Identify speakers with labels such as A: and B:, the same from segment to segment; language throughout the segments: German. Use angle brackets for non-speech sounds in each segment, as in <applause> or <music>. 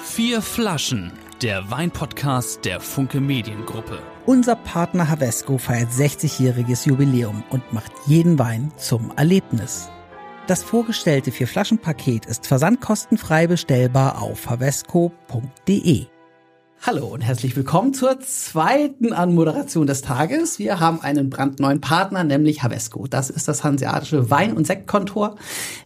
A: Vier Flaschen, der Weinpodcast der Funke Mediengruppe.
B: Unser Partner Havesco feiert 60-jähriges Jubiläum und macht jeden Wein zum Erlebnis. Das vorgestellte Vier-Flaschen-Paket ist versandkostenfrei bestellbar auf havesco.de.
C: Hallo und herzlich willkommen zur zweiten Anmoderation des Tages. Wir haben einen brandneuen Partner, nämlich Havesco. Das ist das hanseatische Wein- und Sektkontor.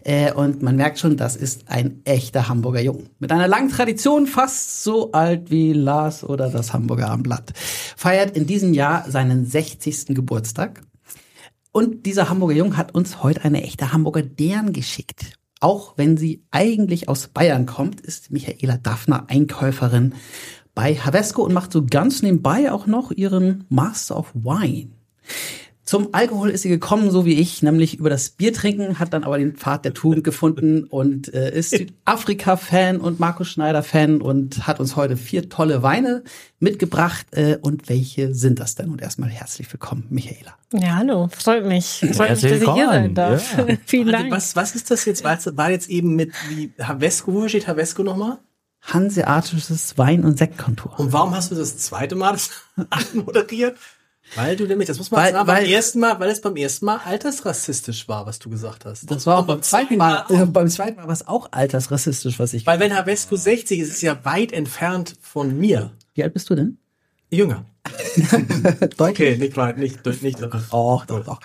C: Äh, und man merkt schon, das ist ein echter Hamburger Jung. Mit einer langen Tradition, fast so alt wie Lars oder das Hamburger am Blatt. Feiert in diesem Jahr seinen 60. Geburtstag. Und dieser Hamburger Jung hat uns heute eine echte Hamburger Dern geschickt. Auch wenn sie eigentlich aus Bayern kommt, ist Michaela Daffner Einkäuferin bei Havesco und macht so ganz nebenbei auch noch ihren Master of Wine. Zum Alkohol ist sie gekommen, so wie ich, nämlich über das Bier trinken, hat dann aber den Pfad der Tugend gefunden und äh, ist Südafrika-Fan und Markus Schneider-Fan und hat uns heute vier tolle Weine mitgebracht. Äh, und welche sind das denn? Und erstmal herzlich willkommen, Michaela.
D: Ja, hallo, freut mich. Freut mich, dass
A: Herzlich
D: ich hier
A: willkommen.
D: sein darf. <laughs>
A: Ja.
D: Vielen
E: Warte,
D: Dank.
E: Was, was ist das jetzt? War, war jetzt eben mit wie Havesco, wo steht Havesco nochmal?
C: Hanseatisches Wein- und Sektkontor.
E: Und warum hast du das zweite Mal das <laughs> anmoderiert? Weil du nämlich, das muss man
C: Weil-
E: sagen, beim
C: weil-
E: ersten Mal, weil es beim ersten Mal altersrassistisch war, was du gesagt hast.
C: Das war auch beim zweiten Mal, äh, beim zweiten Mal war es auch altersrassistisch, was ich.
E: Weil wenn Havesco 60 ist, ist es ja weit entfernt von mir.
C: Wie alt bist du denn?
E: Jünger.
C: <laughs> Deutlich.
E: Okay, nicht weit, nicht, nicht, nicht.
C: Doch, Oh, doch, doch.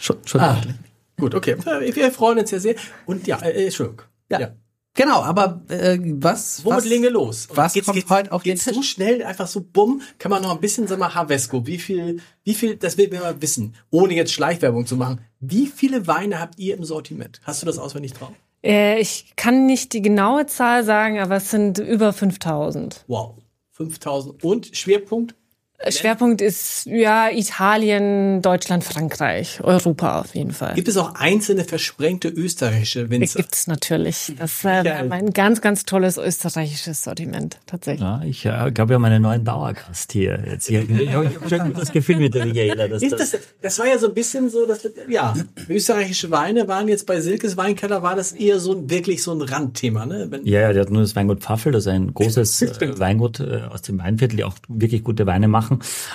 C: Schon, schon
E: Ah,
C: deutlich.
E: gut, okay. Äh, Wir freuen uns ja sehr. Und ja, äh, Entschuldigung.
C: Ja. Genau, aber äh, was?
E: Womit
C: was,
E: legen wir los? Und
C: was kommt heute auf
E: geht's
C: den
E: so schnell, einfach so bumm, kann man noch ein bisschen, sag mal, Havesco, wie viel, wie viel, das will wir mal wissen, ohne jetzt Schleichwerbung zu machen. Wie viele Weine habt ihr im Sortiment? Hast du das auswendig drauf?
D: Äh, ich kann nicht die genaue Zahl sagen, aber es sind über 5000.
E: Wow. 5000. Und Schwerpunkt?
D: Äh, Schwerpunkt ist ja Italien, Deutschland, Frankreich, Europa auf jeden Fall.
E: Gibt es auch einzelne versprengte österreichische
D: Äh,
E: Winzer?
D: Gibt's natürlich. Das äh, wir haben ein ganz, ganz tolles österreichisches Sortiment, tatsächlich.
F: Ja, ich äh, gab ja meinen neuen Dauergast hier. Jetzt hier. Ich habe schon das Gefühl mit der Michaela, dass
E: Ist
F: das,
E: das, das war ja so ein bisschen so, dass, ja, österreichische Weine waren jetzt bei Silkes Weinkeller, war das eher so ein, wirklich so ein Randthema, ne? Wenn,
F: Ja, ja, der hat nur das Weingut Pfaffel, das ist ein großes äh, Weingut äh, aus dem Weinviertel, die auch wirklich gute Weine machen.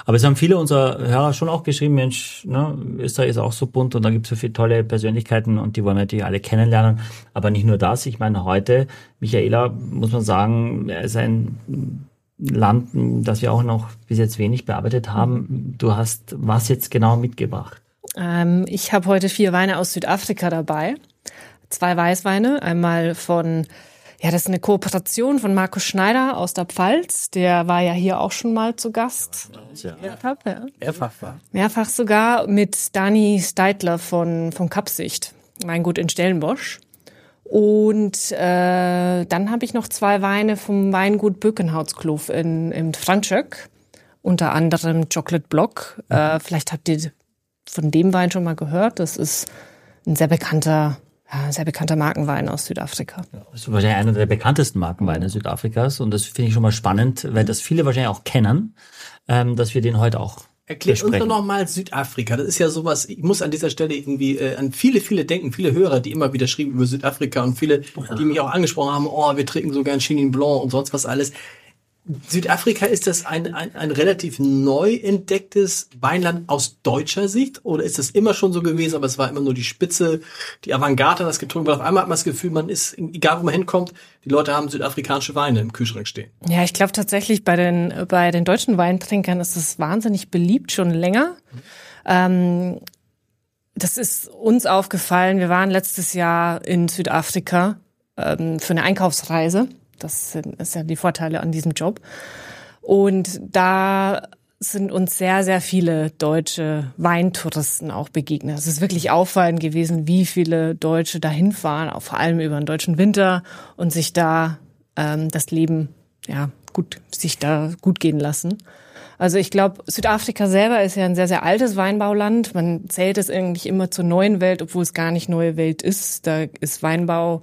F: Aber es haben viele unserer Hörer schon auch geschrieben, Mensch, ne, Österreich ist auch so bunt und da gibt es so viele tolle Persönlichkeiten und die wollen wir natürlich alle kennenlernen. Aber nicht nur das, ich meine, heute, Michaela, muss man sagen, er ist ein Land, das wir auch noch bis jetzt wenig bearbeitet haben. Du hast was jetzt genau mitgebracht?
D: Ähm, ich habe heute vier Weine aus Südafrika dabei. Zwei Weißweine, einmal von, ja, das ist eine Kooperation von Markus Schneider aus der Pfalz. Der war ja hier auch schon mal zu Gast. Ja, ja.
C: Mehrfach war.
D: Mehrfach sogar mit Dani Steidler von, von Kapsicht, Weingut in Stellenbosch. Und äh, dann habe ich noch zwei Weine vom Weingut Bökenhautklof in, in Franschöck, unter anderem Chocolate Block. Äh,
C: Mhm.
D: vielleicht habt ihr von dem Wein schon mal gehört. Das ist ein sehr bekannter, ja, sehr bekannter Markenwein aus Südafrika.
F: Das ist wahrscheinlich einer der bekanntesten
C: Mhm.
F: Markenweine Südafrikas und das finde ich schon mal spannend, weil das viele wahrscheinlich auch kennen, ähm, dass wir den heute auch
E: Erklärt uns doch
F: besprechen.
E: nochmal Südafrika. Das ist ja sowas, ich muss an dieser Stelle irgendwie äh, an viele, viele denken, viele Hörer, die immer wieder schrieben über Südafrika und viele, die mich auch angesprochen haben, oh, wir trinken sogar einen Chenin Blanc und sonst was alles. Südafrika, ist das ein, ein, ein relativ neu entdecktes Weinland aus deutscher Sicht? Oder ist das immer schon so gewesen, aber es war immer nur die Spitze, die Avantgarde, das getrunken wird? Auf einmal hat man das Gefühl, man ist, egal wo man hinkommt, die Leute haben südafrikanische Weine im Kühlschrank stehen.
D: Ja, ich glaube tatsächlich, bei den, bei den deutschen Weintrinkern ist es wahnsinnig beliebt, schon länger. Ähm, das ist uns aufgefallen. Wir waren letztes Jahr in Südafrika ähm, für eine Einkaufsreise. Das sind, ist ja die Vorteile an diesem Job. Und da sind uns sehr, sehr viele deutsche Weintouristen auch begegnet. Es ist wirklich auffallend gewesen, wie viele Deutsche dahin fahren, auch vor allem über den deutschen Winter und sich da ähm, das Leben ja gut sich da gut gehen lassen. Also ich glaube, Südafrika selber ist ja ein sehr, sehr altes Weinbauland. Man zählt es eigentlich immer zur neuen Welt, obwohl es gar nicht neue Welt ist. Da ist Weinbau,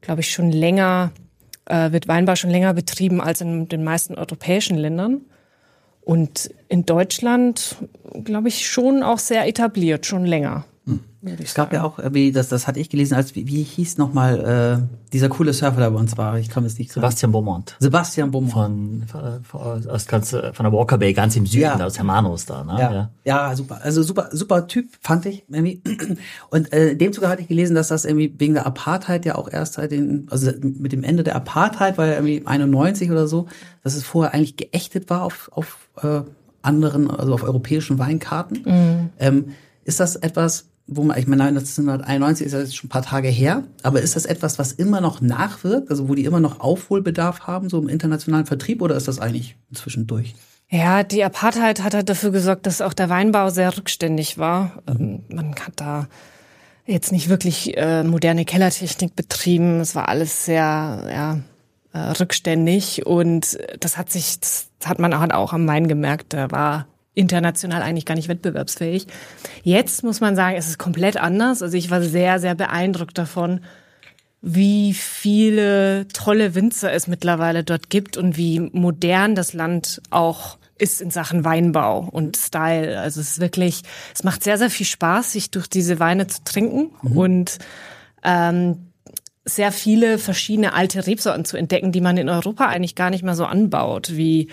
D: glaube ich, schon länger, äh, wird Weinbau schon länger betrieben als in den meisten europäischen Ländern. Und in Deutschland, glaube ich, schon auch sehr etabliert, schon länger.
C: Es gab ja auch irgendwie, das, das hatte ich gelesen, als wie, wie hieß nochmal äh, dieser coole Surfer, der bei uns war. Ich kann es nicht sagen.
F: Sebastian Beaumont.
C: Sebastian Bummel.
F: Von, von, aus ganz, äh, von der Walker Bay, ganz im Süden,
C: Ja.
F: aus Hermanos da. Ne?
C: Ja, ja, super. Also super, super Typ, fand ich irgendwie. <clears throat> Und äh, in dem Zuge hatte ich gelesen, dass das irgendwie wegen der Apartheid ja auch erst seit den, also mit dem Ende der Apartheid, weil irgendwie 91 oder so, dass es vorher eigentlich geächtet war auf, auf äh, anderen, also auf europäischen Weinkarten. Ähm, ist das etwas, wo man, ich meine, 1991 ist das jetzt schon ein paar Tage her, aber ist das etwas, was immer noch nachwirkt, also wo die immer noch Aufholbedarf haben, so im internationalen Vertrieb, oder ist das eigentlich inzwischen durch?
D: Ja, die Apartheid hat halt dafür gesorgt, dass auch der Weinbau sehr rückständig war. Ähm, Man hat da jetzt nicht wirklich äh, moderne Kellertechnik betrieben. Es war alles sehr ja, äh, rückständig und das hat sich, das hat man halt auch am Wein gemerkt. Der war international eigentlich gar nicht wettbewerbsfähig. Jetzt muss man sagen, es ist komplett anders. Also ich war sehr, sehr beeindruckt davon, wie viele tolle Winzer es mittlerweile dort gibt und wie modern das Land auch ist in Sachen Weinbau und Style. Also es ist wirklich, es macht sehr, sehr viel Spaß, sich durch diese Weine zu trinken und ähm, sehr viele verschiedene alte Rebsorten zu entdecken, die man in Europa eigentlich gar nicht mehr so anbaut, wie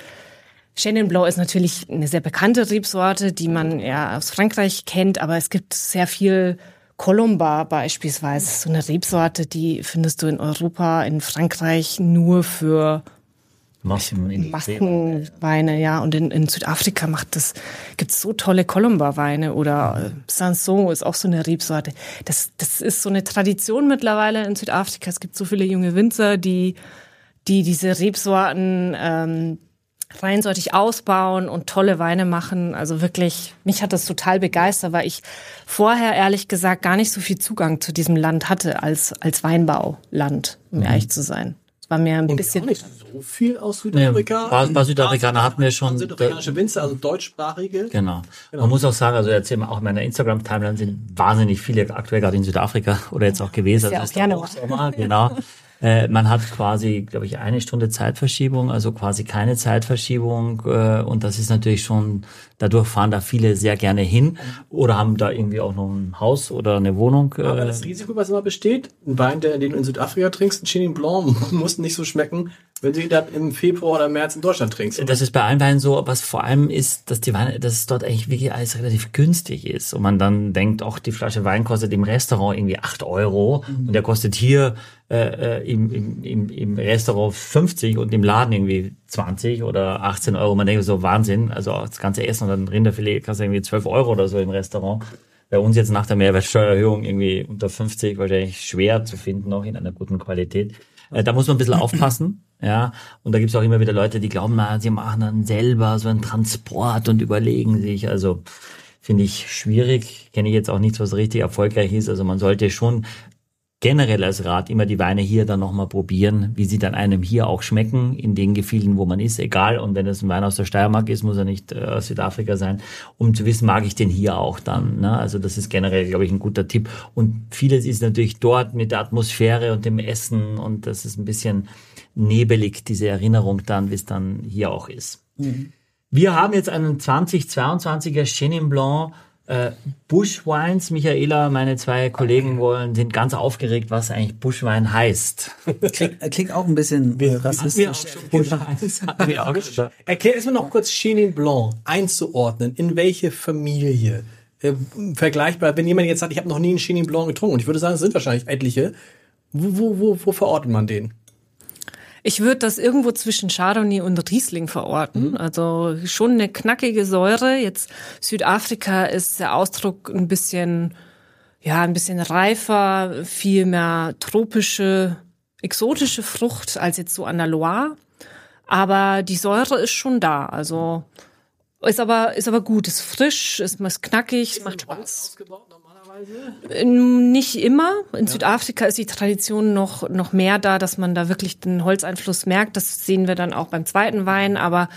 D: Chenin Blanc ist natürlich eine sehr bekannte Rebsorte, die man ja aus Frankreich kennt, aber es gibt sehr viel Columba beispielsweise, Das ist so eine Rebsorte, die findest du in Europa, in Frankreich nur für
F: Massen in die Seele.
D: Massenweine, ja. Und in, in Südafrika macht das, gibt's so tolle Columba-Weine oder äh, Sanson ist auch so eine Rebsorte. Das, das ist so eine Tradition mittlerweile in Südafrika. Es gibt so viele junge Winzer, die, die diese Rebsorten ähm, reinsortig ausbauen und tolle Weine machen. Also wirklich, mich hat das total begeistert, weil ich vorher ehrlich gesagt gar nicht so viel Zugang zu diesem Land hatte als, als Weinbauland, um ehrlich zu sein. Es war mir ein
E: Mhm. Und
D: bisschen
E: auch nicht so viel aus
F: Nee,
E: Südafrika.
F: paar- paar Südafrikaner hatten wir schon.
E: Südafrikanische Winzer, also deutschsprachige.
F: Genau. Man muss auch sagen, also jetzt eben auch in meiner Instagram-Timeline sind wahnsinnig viele aktuell gerade in Südafrika <laughs> oder jetzt auch gewesen.
D: ja
F: Also
D: auch
F: ist
D: Januar.
F: Sommer, genau. Äh, Man hat quasi, glaube ich, eine Stunde Zeitverschiebung, also quasi keine Zeitverschiebung. äh, Und das ist natürlich schon, dadurch fahren da viele sehr gerne hin oder haben da irgendwie auch noch ein Haus oder eine Wohnung.
E: Aber
F: äh,
E: das Risiko, was immer besteht, ein Wein, der, den du in Südafrika trinkst, ein Chenin Blanc, <laughs> muss nicht so schmecken, wenn du ihn dann im Februar oder März in Deutschland trinkst.
F: Das ist bei allen Weinen so, was vor allem ist, dass die Weine, dass es dort eigentlich wirklich alles relativ günstig ist und man dann denkt, auch die Flasche Wein kostet im Restaurant irgendwie 8 Euro und der kostet hier äh, äh, im, im, im, im Restaurant 50 und im Laden irgendwie 20 oder 18 Euro. Man denkt so, Wahnsinn, also auch das ganze Essen und dann Rinderfilet kostet irgendwie 12 Euro oder so im Restaurant. Bei uns jetzt nach der Mehrwertsteuererhöhung irgendwie unter 50 wahrscheinlich schwer zu finden, auch in einer guten Qualität. Äh, Da muss man ein bisschen aufpassen. Ja, und da gibt's auch immer wieder Leute, die glauben, na, sie machen dann selber so einen Transport und überlegen sich. Also finde ich schwierig. Kenne ich jetzt auch nichts, was richtig erfolgreich ist. Also man sollte schon generell als Rat immer die Weine hier dann nochmal probieren, wie sie dann einem hier auch schmecken, in den Gefilden, wo man ist, egal. Und wenn es ein Wein aus der Steiermark ist, muss er nicht äh, aus Südafrika sein, um zu wissen, mag ich den hier auch dann. Ne? Also das ist generell, glaube ich, ein guter Tipp. Und vieles ist natürlich dort mit der Atmosphäre und dem Essen und das ist ein bisschen nebelig, diese Erinnerung dann, wie es dann hier auch ist. Wir haben jetzt einen 2022er Chenin Blanc äh, Bushwines. Michaela, meine zwei Kollegen wollen, sind ganz aufgeregt, was eigentlich Bushwein heißt.
C: Klingt, äh, klingt auch ein bisschen äh,
E: wir auch
C: rassistisch.
E: schon
F: Hatten wir auch schon.
E: Erklär erstmal noch kurz Chenin Blanc einzuordnen. In welche Familie? Äh, vergleichbar, wenn jemand jetzt sagt, ich habe noch nie einen Chenin Blanc getrunken, und ich würde sagen, es sind wahrscheinlich etliche. Wo, wo, wo, wo verortet man den?
D: Ich würde das irgendwo zwischen Chardonnay und Riesling verorten. Also schon eine knackige Säure. Jetzt Südafrika ist der Ausdruck ein bisschen, ja, ein bisschen reifer, viel mehr tropische, exotische Frucht als jetzt so an der Loire. Aber die Säure ist schon da. Also ist aber, ist aber gut, ist frisch, ist, ist knackig, macht Spaß. Äh, Nicht immer. In Südafrika ist die Tradition noch, noch mehr da, dass man da wirklich den Holzeinfluss merkt. Das sehen wir dann auch beim zweiten Wein, aber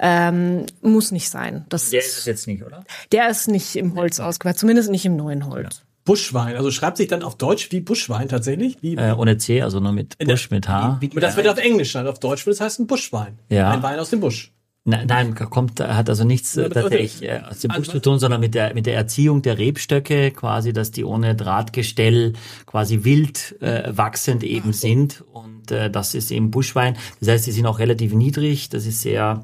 D: ähm, muss nicht sein. Das,
F: Der ist es jetzt nicht, oder?
D: der ist nicht im Holz ausgeweiht, zumindest nicht im neuen Holz.
E: Buschwein, also schreibt sich dann auf Deutsch wie Buschwein tatsächlich. Wie,
F: Äh, ohne C, also nur mit Bush, mit H.
E: Und das wird auf Englisch, also auf Deutsch würde es heißen Buschwein.
F: Ja.
E: Ein Wein aus dem Busch.
F: Nein, nein, kommt, hat also nichts äh, tatsächlich äh, aus dem Busch zu tun, sondern mit der, mit der Erziehung der Rebstöcke quasi, dass die ohne Drahtgestell quasi wild äh, wachsend eben sind. Und äh, das ist eben Buschwein. Das heißt, die sind auch relativ niedrig. Das ist sehr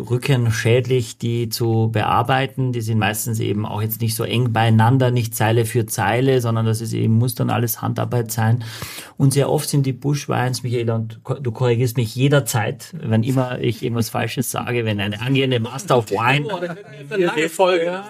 F: rückenschädlich, die zu bearbeiten. Die sind meistens eben auch jetzt nicht so eng beieinander, nicht Zeile für Zeile, sondern das ist eben, muss dann alles Handarbeit sein. Und sehr oft sind die Bushwines, Michael, und du korrigierst mich jederzeit, wenn immer ich irgendwas Falsches sage, wenn eine angehende Master of Wine,
E: Folge.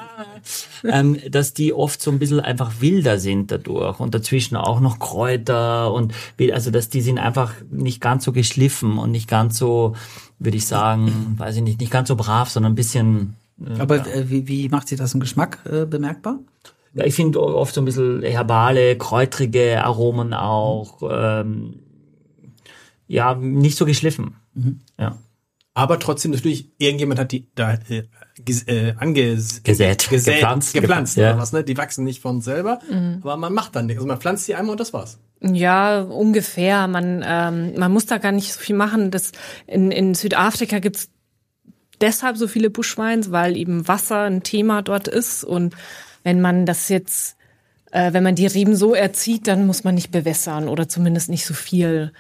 F: ähm, dass die oft so ein bisschen einfach wilder sind dadurch und dazwischen auch noch Kräuter und, wild- also, dass die sind einfach nicht ganz so geschliffen und nicht ganz so, würde ich sagen, weiß ich nicht, nicht ganz so brav, sondern ein bisschen.
B: Aber äh, wie, wie macht sie das im Geschmack äh, bemerkbar?
F: Ja, ich finde oft so ein bisschen herbale, kräutrige Aromen
E: Mhm.
F: auch. Ähm, ja, nicht so geschliffen.
E: Mhm.
F: Ja.
E: Aber trotzdem natürlich, irgendjemand hat die da äh, ges, äh, anges gesät,
F: Gesät.
E: gepflanzt,
F: Gepflanzt.
E: gepflanzt
F: Ja.
E: oder was, ne? Die wachsen nicht von selber, aber man macht dann nichts. Also man pflanzt die einmal und das war's.
D: Ja, ungefähr. Man, ähm, man muss da gar nicht so viel machen. Das, in, in Südafrika gibt's deshalb so viele Buschweins, weil eben Wasser ein Thema dort ist. Und wenn man das jetzt, äh, wenn man die Reben so erzieht, dann muss man nicht bewässern oder zumindest nicht so viel.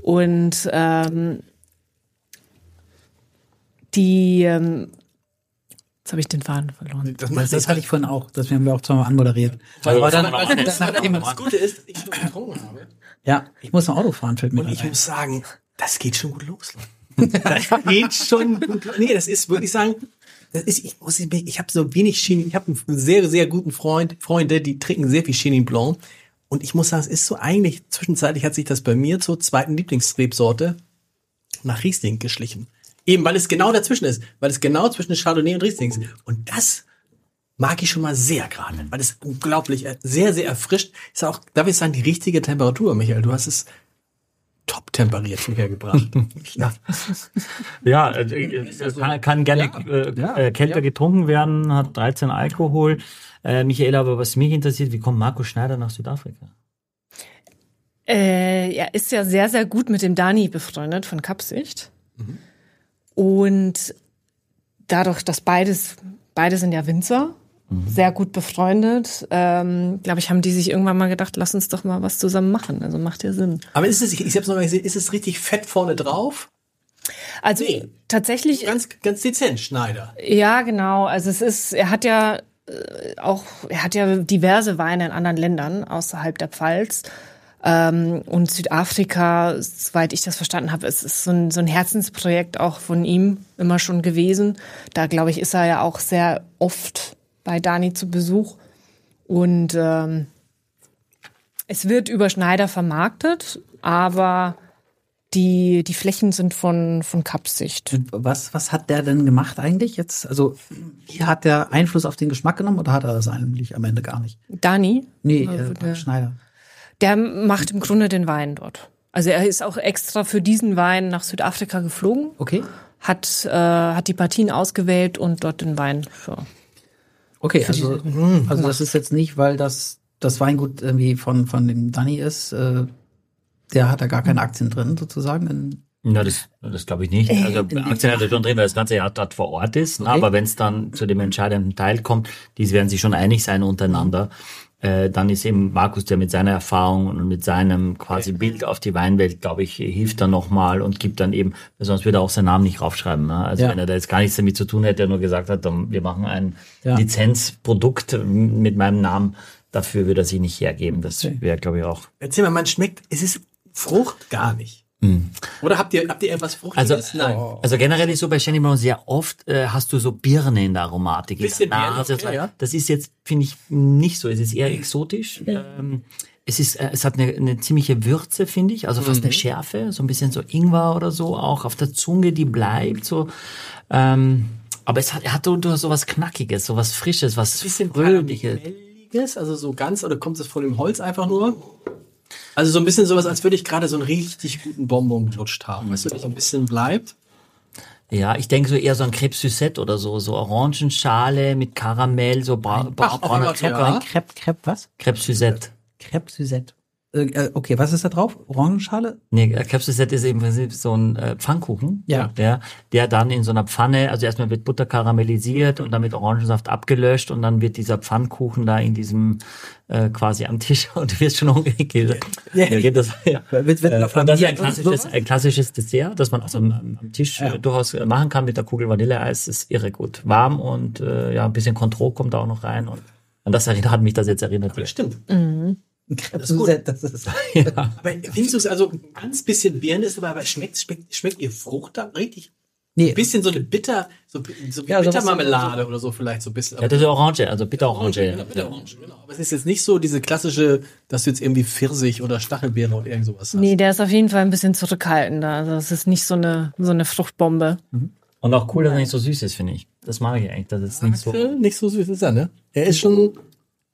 D: Und ähm, die, ähm, jetzt habe ich den Faden verloren.
E: Das,
B: Das, das hatte ich vorhin auch, das haben wir auch zweimal anmoderiert. Aber dann, dann, nachdem
E: das halt Gute ist, ich schon getrunken habe.
B: ja, ich muss noch Auto fahren, fällt mir
E: Und ich
B: gerade ein.
E: muss sagen, das geht schon gut los. Leute. Das geht schon gut los. Nee, das ist, würde ich sagen, das ist, ich muss, ich habe so wenig Chenin, ich habe einen sehr, sehr guten Freund, Freunde, die trinken sehr viel Chenin Blanc. Und ich muss sagen, es ist so eigentlich, zwischenzeitlich hat sich das bei mir zur zweiten Lieblingsrebsorte nach Riesling geschlichen. Eben, weil es genau dazwischen ist. Weil es genau zwischen Chardonnay und Riesling ist. Und das mag ich schon mal sehr gerade, weil es unglaublich, äh, sehr, sehr erfrischt. Ist auch, darf ich sagen, die richtige Temperatur, Michael. Du hast es top temperiert hergebracht. ja.
F: Ja, äh, äh, kann, kann gerne äh, äh, kälter getrunken werden, hat 13 Alkohol. Äh, Michael, aber was mich interessiert, wie kommt Marco Schneider nach Südafrika?
D: Äh, er ist ja sehr, sehr gut mit dem Dani befreundet von Kapsicht. Und dadurch, dass beides, beide sind ja Winzer,
E: Mhm.
D: sehr gut befreundet, ähm, glaube ich, haben die sich irgendwann mal gedacht, lass uns doch mal was zusammen machen. Also macht ja Sinn.
E: Aber ist es, ich, ich habe es nochmal gesehen, ist es richtig fett vorne drauf?
D: Also
E: Nee.
D: tatsächlich
E: Ganz, ganz dezent, Schneider.
D: Ja, genau. Also es ist, er hat ja äh, auch, er hat ja diverse Weine in anderen Ländern außerhalb der Pfalz. Ähm, und Südafrika, soweit ich das verstanden habe, es ist so ein, so ein Herzensprojekt auch von ihm immer schon gewesen. Da glaube ich, ist er ja auch sehr oft bei Dani zu Besuch. Und ähm, es wird über Schneider vermarktet, aber die, die Flächen sind von, von Kapsicht.
B: Was, was hat der denn gemacht eigentlich jetzt? Also, wie hat der Einfluss auf den Geschmack genommen oder hat er das eigentlich am Ende gar nicht?
D: Dani?
B: Nee,
D: Also
B: äh,
D: der-
B: Schneider.
D: Der macht im Grunde den Wein dort. Also er ist auch extra für diesen Wein nach Südafrika geflogen,
B: Okay.
D: hat, äh, hat die Partien ausgewählt und dort den Wein für.
B: Okay, also,
E: Hm,
B: also das ist jetzt nicht, weil das, das Weingut irgendwie von, von dem Danny ist. Äh, der hat da gar keine Aktien drin, sozusagen. In,
F: Na, das, das glaube ich
B: Äh,
F: nicht. Also Aktien hat er schon drin, weil das ganze Jahr dort vor Ort ist. Na, Aber wenn es dann zu dem entscheidenden Teil kommt, die werden sich schon einig sein untereinander. Äh, dann ist eben Markus, der mit seiner Erfahrung und mit seinem quasi Bild auf die Weinwelt, glaube ich, hilft dann nochmal und gibt dann eben, weil sonst würde er auch seinen Namen nicht raufschreiben. Ne? Also
B: Ja.
F: wenn er da jetzt gar nichts damit zu tun hätte, der nur gesagt hat, dann, wir machen ein
B: Ja.
F: Lizenzprodukt mit meinem Namen, dafür würde er sich nicht hergeben. Das wäre, glaube ich, auch
E: Erzähl mal, man schmeckt, es ist Frucht gar nicht. Oder habt ihr, habt ihr etwas Fruchtiges?
F: Also,
E: Nein.
F: also generell ist so bei Shandy Brown sehr oft äh, hast du so Birne in der Aromatik. in der
E: Bisschen Birne,
F: Nase.
E: okay, ja.
F: Das ist jetzt, finde ich, nicht so. Es ist eher exotisch. Ähm, es, ist, äh, es hat eine, eine ziemliche Würze, finde ich. Also fast eine
E: Mhm.
F: Schärfe. So ein bisschen so Ingwer oder so. Auch auf der Zunge, die bleibt so. Ähm, aber es hat, er hat so, so was Knackiges, so was Frisches, was
E: bisschen
F: Fröhliches.
E: Karamelliges, also so ganz, oder kommt es von dem Holz einfach nur? Also so ein bisschen sowas, als würde ich gerade so einen richtig guten Bonbon gelutscht haben, weißt du, der so ein bisschen bleibt.
F: Ja, ich denke so eher so ein Crêpe Suzette oder so. So Orangenschale mit Karamell, so bra bra
E: Ach,
F: brauner
E: Gott,
F: Zucker.
E: ja.
B: Crepe, Crepe, was?
F: Crêpe Suzette.
B: Crepe Suzette.
C: äh, okay, was ist da drauf? Orangenschale?
F: Nee, Capsulet ist im Prinzip so ein äh, Pfannkuchen,
G: Ja.
F: der, der dann in so einer Pfanne, also erstmal wird Butter karamellisiert und dann mit Orangensaft abgelöscht und dann wird dieser Pfannkuchen da in diesem äh, quasi am Tisch <laughs> und du wirst schon hungrig. Ja. geht das, ja.
C: Wird- wird
F: Äh,
C: auf
F: und das ist
C: Familie-
F: ein klassisches,
C: sowas?
F: ein klassisches Dessert, das man auch am, am Tisch äh, durchaus äh, machen kann mit der Kugel Vanilleeis, ist irre gut. Warm und äh, ja, ein bisschen Kontrolle kommt da auch noch rein und an das erinnert, hat mich das jetzt erinnert.
E: Das stimmt.
C: Das ist, gut. das ist
F: Ja.
E: Aber findest du es also ein ganz bisschen Birne ist dabei, aber schmeckt, schmeckt, schmeckt ihr Frucht da richtig?
C: nee,
E: Ein bisschen so eine bitter, so, so
C: Ja, sowas-
E: Bittermarmelade oder so vielleicht so ein bisschen.
F: Ja, das ist Orange, also
E: Genau,
F: Bitterorange.
E: Bitterorange, genau. Aber es ist jetzt nicht so diese klassische, dass du jetzt irgendwie Pfirsich oder Stachelbeere oder irgend sowas hast.
D: Nee, der ist auf jeden Fall ein bisschen zurückhaltender. Also es ist nicht so eine, so eine Fruchtbombe.
F: Und auch cool, dass er nicht so süß ist, finde ich. Das mag ich eigentlich, dass es nicht so.
E: Äh, Nicht so süß ist er, ne? Er ist schon.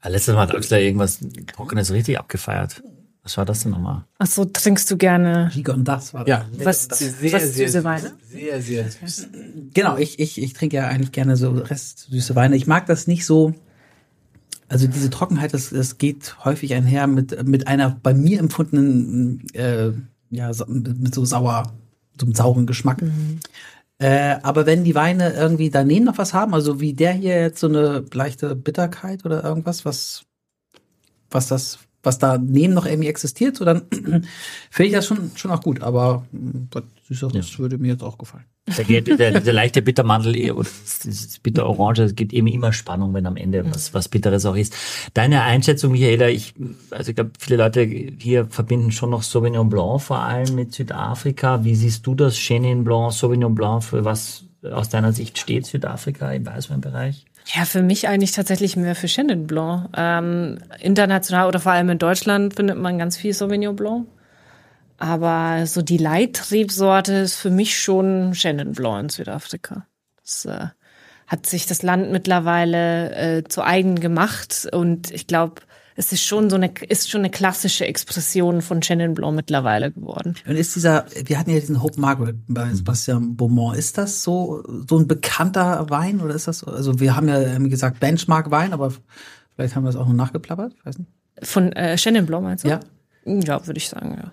F: Ah, letztes Mal hat Axel irgendwas Trockenes richtig abgefeiert. Was war das denn nochmal?
D: Ach so, trinkst du gerne
C: Gigon, das war
E: Ja.
D: was, was süße
E: süß.
D: Weine?
E: Sehr, sehr süß.
C: Genau, ich, ich, ich trinke ja eigentlich gerne so restsüße Weine. Ich mag das nicht so. Also diese Trockenheit, das, das geht häufig einher mit, mit einer bei mir empfundenen, äh, ja, so, mit so sauer, so einem sauren Geschmack. Äh, aber wenn die Weine irgendwie daneben noch was haben, also wie der hier jetzt so eine leichte Bitterkeit oder irgendwas, was, was das, was daneben noch irgendwie existiert, so dann <clears throat> finde ich das schon, schon auch gut. Aber mh, was Süßeres würde mir jetzt auch gefallen.
F: Der, geht, der, der leichte Bittermandel eh, oder das- das Bitterorange, es gibt eben immer Spannung, wenn am Ende was, was Bitteres auch ist. Deine Einschätzung, Michaela, ich, also ich glaube, viele Leute hier verbinden schon noch Sauvignon Blanc, vor allem mit Südafrika. Wie siehst du das Chenin Blanc, Sauvignon Blanc, für was aus deiner Sicht steht Südafrika im Weißweinbereich?
D: Ja, für mich eigentlich tatsächlich mehr für Chenin Blanc. Ähm, international oder vor allem in Deutschland findet man ganz viel Sauvignon Blanc. Aber so die Leittriebsorte ist für mich schon Chenin Blanc in Südafrika. Das äh, hat sich das Land mittlerweile äh, zu eigen gemacht und ich glaube, es ist schon so eine ist schon eine klassische Expression von Chenin Blanc mittlerweile geworden.
C: Und ist dieser, wir hatten ja diesen Hope Margaret bei Sebastian Beaumont, ist das so, so ein bekannter Wein oder ist das, so- also wir haben ja ähm, gesagt Benchmark Wein, aber vielleicht haben wir es auch noch nachgeplappert, ich weiß nicht.
D: Von äh, Chenin Blanc meinst du?
C: Ja.
D: Ja, würde ich sagen, ja.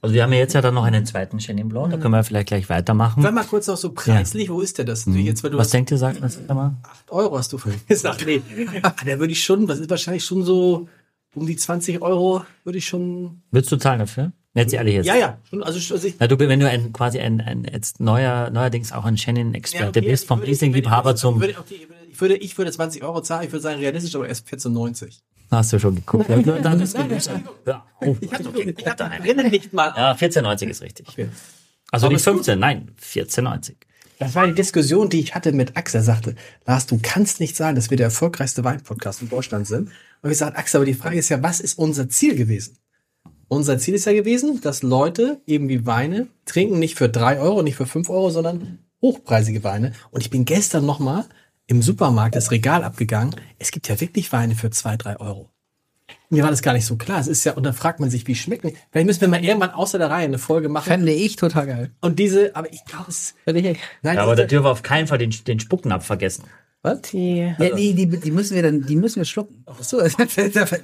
F: Also wir haben ja jetzt ja dann noch einen zweiten Chenin Blanc, da können wir vielleicht gleich weitermachen.
E: Sag mal kurz noch so preislich, wo ist der das? denn? Jetzt, weil du
F: Was
E: hast
F: denkt ihr, sagt man das immer?
E: 8 Euro hast du vorhin gesagt. Nee. Ah, da würde ich schon, das ist wahrscheinlich schon so um die 20 Euro, würde ich schon.
F: Würdest du zahlen dafür? Jetzt ehrlich jetzt.
E: Ja, ja. Schon, also, also ich,
F: Na, du, bist- wenn du ein, quasi ein, ein jetzt neuer, neuerdings auch ein Shannon-Experte bist, vom Riesling-Liebhaber zum,
E: Würde, ich- okay, ich, würde, ich würde 20 Euro zahlen, ich würde sagen, realistisch, aber erst 14,90.
F: hast du schon geguckt. Ja, dann ist gut. Ja, oh, okay.
E: Ich erinnere nicht mal
F: ja, 14,90 ist richtig.
E: Okay.
F: Also nicht 15, nein, 14,90.
E: Das war die Diskussion, die ich hatte mit Axel. Er sagte, Lars, du kannst nicht sagen, dass wir der erfolgreichste Weinpodcast in Deutschland sind. Und ich sagte, Axel, aber die Frage ist ja, was ist unser Ziel gewesen? Unser Ziel ist ja gewesen, dass Leute eben wie Weine trinken, nicht für drei Euro, nicht für fünf Euro, sondern hochpreisige Weine. Und ich bin gestern nochmal im Supermarkt das Regal abgegangen. Es gibt ja wirklich Weine für zwei, drei Euro. Mir war das gar nicht so klar. Es ist ja, und dann fragt man sich, wie schmecken. die? Vielleicht müssen wir mal irgendwann außer der Reihe eine Folge machen.
C: Fände ich total geil.
E: Und diese, aber ich glaube, es.
C: Fände ich echt.
E: Nein,
F: Ja, aber
E: diese-
F: da dürfen wir auf keinen Fall den, den Spucknapf vergessen.
D: Die
C: Ja, die, die, die müssen wir dann, die müssen wir schlucken. Ach so, <laughs> ich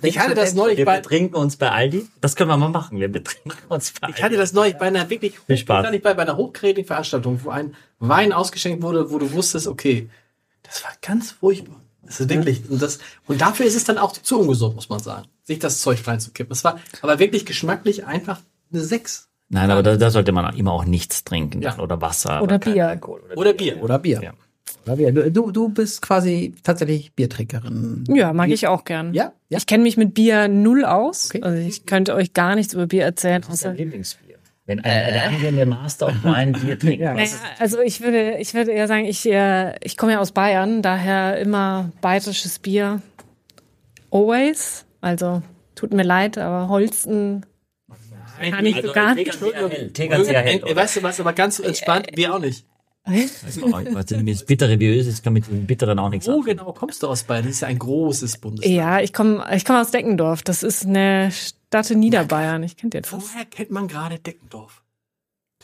E: Ich hatte das neulich
F: Wir
E: bei,
F: betrinken uns bei Aldi. Das können wir mal machen. Wir betrinken uns bei
E: ich
F: Aldi.
E: hatte das neulich bei einer wirklich
F: Viel Spaß.
E: Ich hatte bei, bei einer hochkarätigen Veranstaltung, wo ein Wein ausgeschenkt wurde, wo du wusstest, okay, das war ganz furchtbar. Das ist wirklich und das und dafür ist es dann auch zu ungesund, muss man sagen, sich das Zeug reinzukippen. Es war aber wirklich geschmacklich einfach eine 6
F: Nein, aber da, da sollte man auch immer auch nichts trinken.
E: Ja.
F: Oder Wasser.
D: oder
F: aber kein
D: Bier.
F: Alkohol oder
E: oder Bier.
C: Oder Bier.
F: Ja.
C: Oder Bier. Du- Du, du bist quasi tatsächlich Biertrinkerin. <laughs>
D: Ja, mag ich auch gern.
C: Ja, ja.
D: Ich kenne mich mit Bier null aus.
C: Okay.
D: Also ich könnte euch gar nichts über Bier erzählen.
F: Was ist dein
D: Außer,
F: Lieblingsbier? Wenn ein, äh, der angehende Master auf nur ein Bier trinkt.
D: naja, also ich würde, ich würde eher sagen, ich, äh, ich komme ja aus Bayern, daher immer bayerisches Bier. Always. Also tut mir leid, aber Holsten kann ich so gar nicht.
F: TKC Also erhält.
E: Ey, Weißt du was, aber ganz entspannt, wir auch nicht.
F: Was denn das bittere Bier ist, das kann mit dem Bitteren auch nichts
E: Wo
F: sagen.
E: genau kommst du aus Bayern? Das ist ja ein großes Bundesland.
D: Ja, ich komme ich komm aus Deckendorf. Das ist eine Stadt in Niederbayern. Ich kenne jetzt das.
E: Woher kennt man gerade Deckendorf?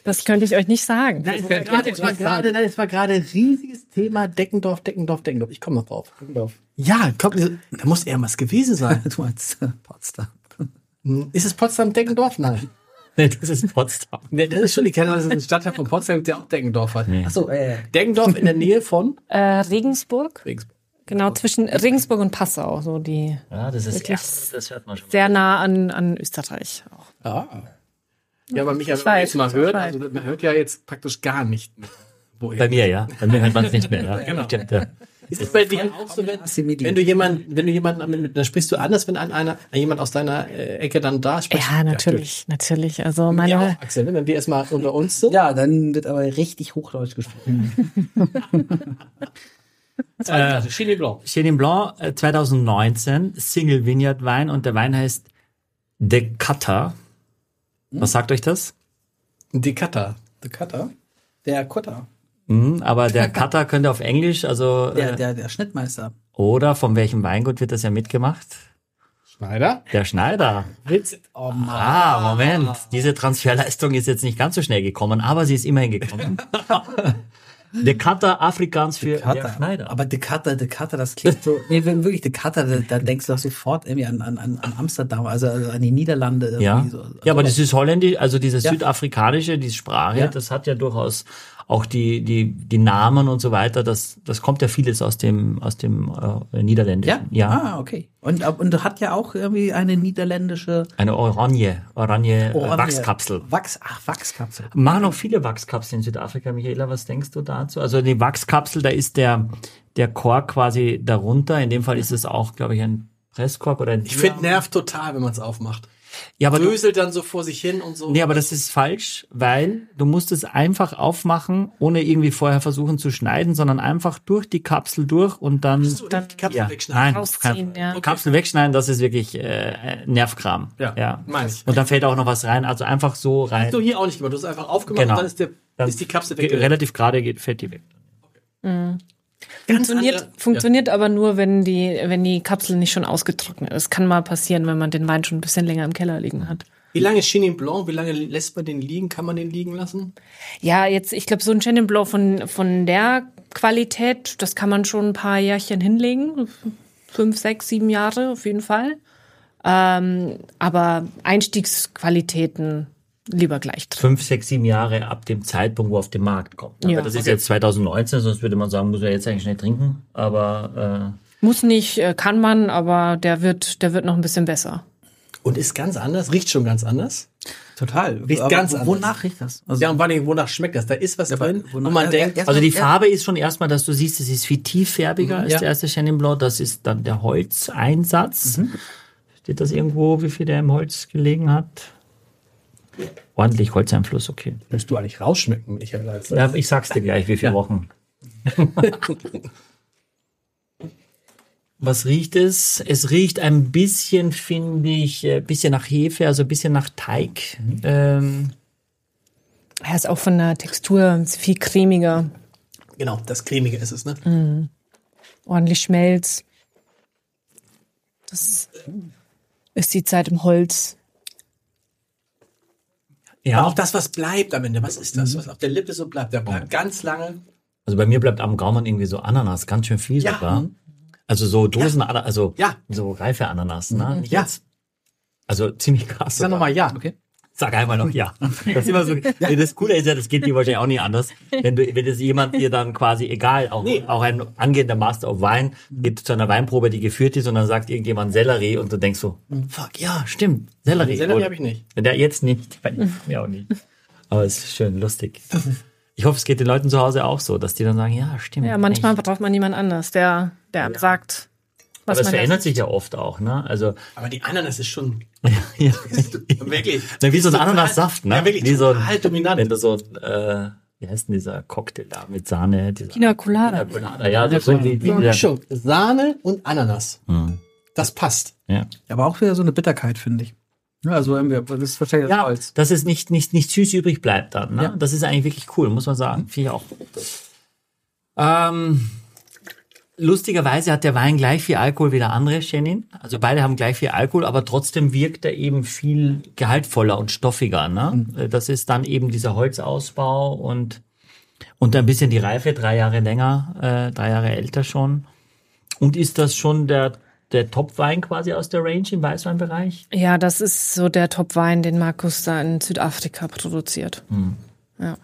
D: Das könnte ich euch nicht sagen.
E: Nein, es war gerade- es war gerade, nein, es war gerade ein riesiges Thema Deckendorf, Deckendorf, Deckendorf. Ich komme äh, <laughs> noch drauf. Deckendorf. Ja, komm, da muss irgendwas gewesen sein.
C: Du als äh, Potsdam.
E: Ist es Potsdam-Deckendorf? Nein.
F: <laughs> Nee, das ist Potsdam.
E: Nee, das ist schon die Kerne, das ist ein Stadtteil von Potsdam, der auch Deggendorf hat.
F: Nee.
E: Achso, äh, Deggendorf in der Nähe von
D: Äh, Regensburg,
E: Regensburg.
D: genau, zwischen Regensburg und Passau, so die
F: Ja, das ist
D: Wirklich?
F: erst, das hört man schon.
D: sehr nah an, an Österreich auch.
C: Ah.
E: Ja, aber Michael,
D: Ich
E: wenn man
D: weiß,
E: jetzt mal
D: ich
E: hört,
D: weiß.
E: also man hört ja jetzt praktisch gar nicht mehr. Woher.
F: Bei mir, ja. Bei mir hört man es
D: <laughs>
F: nicht mehr. Ja. genau. Stimmt, ja.
E: Ist es bei dir auch so, wenn, wenn du jemanden, wenn du jemanden, mit- dann sprichst du anders, wenn ein- einer, jemand aus deiner äh, Ecke dann da spricht?
D: Ja, natürlich, natürlich. Also
E: Ja,
D: meine,
E: ja auch, Axel, ne? wenn wir erstmal unter uns sind.
C: Ja, dann wird aber richtig Hochdeutsch gesprochen.
E: Ja. Chili Blanc.
F: Chenin Blanc äh, 2019, Single Vineyard Wein und der Wein heißt De Cutter. Was sagt euch das?
E: Die Cutter.
C: Der Cutter? Der Cutter.
F: Mhm, aber der
D: <laughs>
F: Cutter könnte auf Englisch, also
C: Der,
F: äh,
C: der, der Schnittmeister.
F: oder von welchem Weingut wird das ja mitgemacht?
E: Schneider.
F: Der Schneider.
E: Witz. Oh Mann.
F: Ah, Moment. Diese Transferleistung ist jetzt nicht ganz so schnell gekommen, aber sie ist
C: <laughs>
F: immerhin gekommen. De Cutter Afrikaans für der Schneider.
C: Aber der Cutter, der Cutter, das klingt so. Nee, wenn wirklich der Cutter, da, da denkst du doch sofort irgendwie an, an, an an Amsterdam, also, also an die Niederlande. irgendwie
F: Ja.
C: So.
F: ja, aber das ist holländisch, also diese
C: Also Ja.
F: südafrikanische, die Sprache,
C: Ja.
F: das hat ja durchaus auch die, die, die Namen und so weiter, das, das kommt ja vieles aus dem, aus dem äh,
C: Ja?
F: Niederländischen.
C: Ah, okay. Und, ab- und hat ja auch irgendwie eine niederländische
F: Eine Oranje, Oranje, Oranje.
C: Orange-
F: Äh, Wachskapsel.
C: Wachs, ach, Wachskapsel.
F: Machen auch viele Wachskapseln in Südafrika, Michaela, was denkst du dazu? Also die Wachskapsel, da ist der, der Kork quasi darunter. In dem Fall ist es auch, glaube ich, ein Presskork oder ein
E: Ich finde, nervt total, wenn man es aufmacht.
F: ja, aber du,
E: Bröselt dann so vor sich hin und so.
F: nee, aber das ist falsch, weil du musst es einfach aufmachen, ohne irgendwie vorher versuchen zu schneiden, sondern einfach durch die Kapsel durch und dann
E: So, dann die Kapsel
F: ja,
E: wegschneiden.
F: nein,
D: Rausziehen,
F: kein,
D: ja. Okay.
F: Kapsel wegschneiden, das ist wirklich äh, Nervkram.
E: Ja, meine ich.
F: Und dann fällt auch noch was rein, also einfach so rein.
E: Hast du hier auch nicht gemacht. Du hast einfach aufgemacht
F: Genau.
E: und dann ist, der,
F: Dann
E: ist die Kapsel
F: ge-
E: weg.
F: Relativ gerade geht, fällt die weg.
D: funktioniert
E: andere-
D: funktioniert aber nur, wenn die, wenn die Kapsel nicht schon ausgetrocknet ist. Kann mal passieren, wenn man den Wein schon ein bisschen länger im Keller liegen hat.
E: Wie lange ist Chenin Blanc? Wie lange lässt man den liegen? Kann man den liegen lassen?
D: Ja, jetzt, ich glaube, so ein Chenin Blanc von, von der Qualität, das kann man schon ein paar Jährchen hinlegen. Fünf, sechs, sieben Jahre auf jeden Fall. Ähm, aber Einstiegsqualitäten lieber gleich drin.
F: fünf, sechs, sieben Jahre ab dem Zeitpunkt, wo er auf den Markt kommt.
D: Ja.
F: Aber das ist jetzt 2019, sonst würde man sagen, muss er jetzt eigentlich schnell trinken. Aber äh,
D: Muss nicht, äh, kann man, aber der wird, der wird noch ein bisschen besser.
E: Und ist ganz anders, riecht schon ganz anders.
C: Total.
E: Riecht ganz anders.
C: Wonach riecht das? Also,
E: Ja, und vor allem, wonach schmeckt das? Da ist was drin,
C: aber
E: wo
C: wonach-
E: man
C: Ja,
E: denkt,
C: ja,
F: äh, also die
C: Ja. Mhm,
F: Farbe ist schon erstmal, dass du siehst, es ist viel tieffärbiger als
C: ja.
F: der erste Chenin Blanc. Das ist dann der Holzeinsatz.
C: Mhm.
F: Steht das irgendwo, wie viel der im Holz gelegen hat? Ordentlich Holzeinfluss, okay.
E: willst du eigentlich rausschmecken, Michael? Also,
F: Ja, ich sag's dir gleich, wie viele Wochen. Was riecht es? Es riecht ein bisschen, finde ich, ein bisschen nach Hefe, also ein bisschen nach Teig. Ähm,
D: Er ist auch von der Textur viel cremiger,
E: Genau, das Cremige ist es, ne?
D: ordentlich Schmelz. Das ist die Zeit im Holz.
E: Aber
F: ja,
E: auch das, was bleibt am Ende, was ist das, was auf der Lippe so bleibt? Der bleibt ganz lange.
F: also bei mir bleibt am Gaumen irgendwie so Ananas, ganz schön viel
E: Ja.
F: sogar. Also so Dosen, also
E: Ja.
F: so reife Ananas, ne? Nicht
E: Ja.
F: jetzt- Also ziemlich krass.
E: Sag
F: sogar.
E: nochmal ja. Okay.
F: Sag einmal noch ja. Das ist immer so. Nee, Das Coole ist ja, das geht dir wahrscheinlich auch nicht anders. Wenn du, wenn das jemand dir dann quasi egal, auch, auch ein angehender Master of Wein geht zu einer Weinprobe, die geführt ist und dann sagt irgendjemand Sellerie und du denkst so, fuck, ja, stimmt, Sellerie.
E: Mhm. Sellerie
F: Oder-
E: habe ich nicht.
F: Ja, jetzt nicht, weil ich mir auch nicht. Aber es ist schön lustig. Ich hoffe, es geht den Leuten zu Hause auch so, dass die dann sagen, ja, stimmt.
D: Ja, manchmal
F: echt.
D: braucht man jemand anders, der, der einem sagt, was
F: Aber
D: man
F: es
D: da-
F: verändert sich ja oft auch, ne? Also,
E: Aber die Ananas ist schon
F: <laughs> ja. <laughs>
E: wirklich.
F: Na, wie so ein
E: Total-
F: Ananassaft, ne?
E: Ja, wirklich.
F: Wie so
E: total
F: ein, wenn
E: dominant.
F: du so, äh, wie heißt denn dieser Cocktail da mit Sahne? Dieser
D: Pina Colada.
F: Pina Colada, ja, Hm. so, so wie, wie der,
E: Mischung, Sahne und Ananas. Das passt.
F: ja.
C: aber auch wieder so eine Bitterkeit, finde ich. Ja, also irgendwie, das ist wahrscheinlich das
F: ja,
C: Holz.
F: dass es nicht, nicht, nicht süß übrig bleibt dann, ne?
C: Ja.
F: Das ist eigentlich wirklich cool, muss man sagen. Finde ich auch. Ähm, lustigerweise hat der Wein gleich viel Alkohol wie der andere Chenin. Also beide haben gleich viel Alkohol, aber trotzdem wirkt er eben viel gehaltvoller und stoffiger, ne? Das ist dann eben dieser Holzausbau und Und ein bisschen die Reife, drei Jahre länger, äh, drei Jahre älter schon. Und ist das schon der der Top-Wein quasi aus der Range im Weißweinbereich?
D: Ja, das ist so der Top-Wein, den Markus da in Südafrika produziert.
F: Hm.
D: Ja.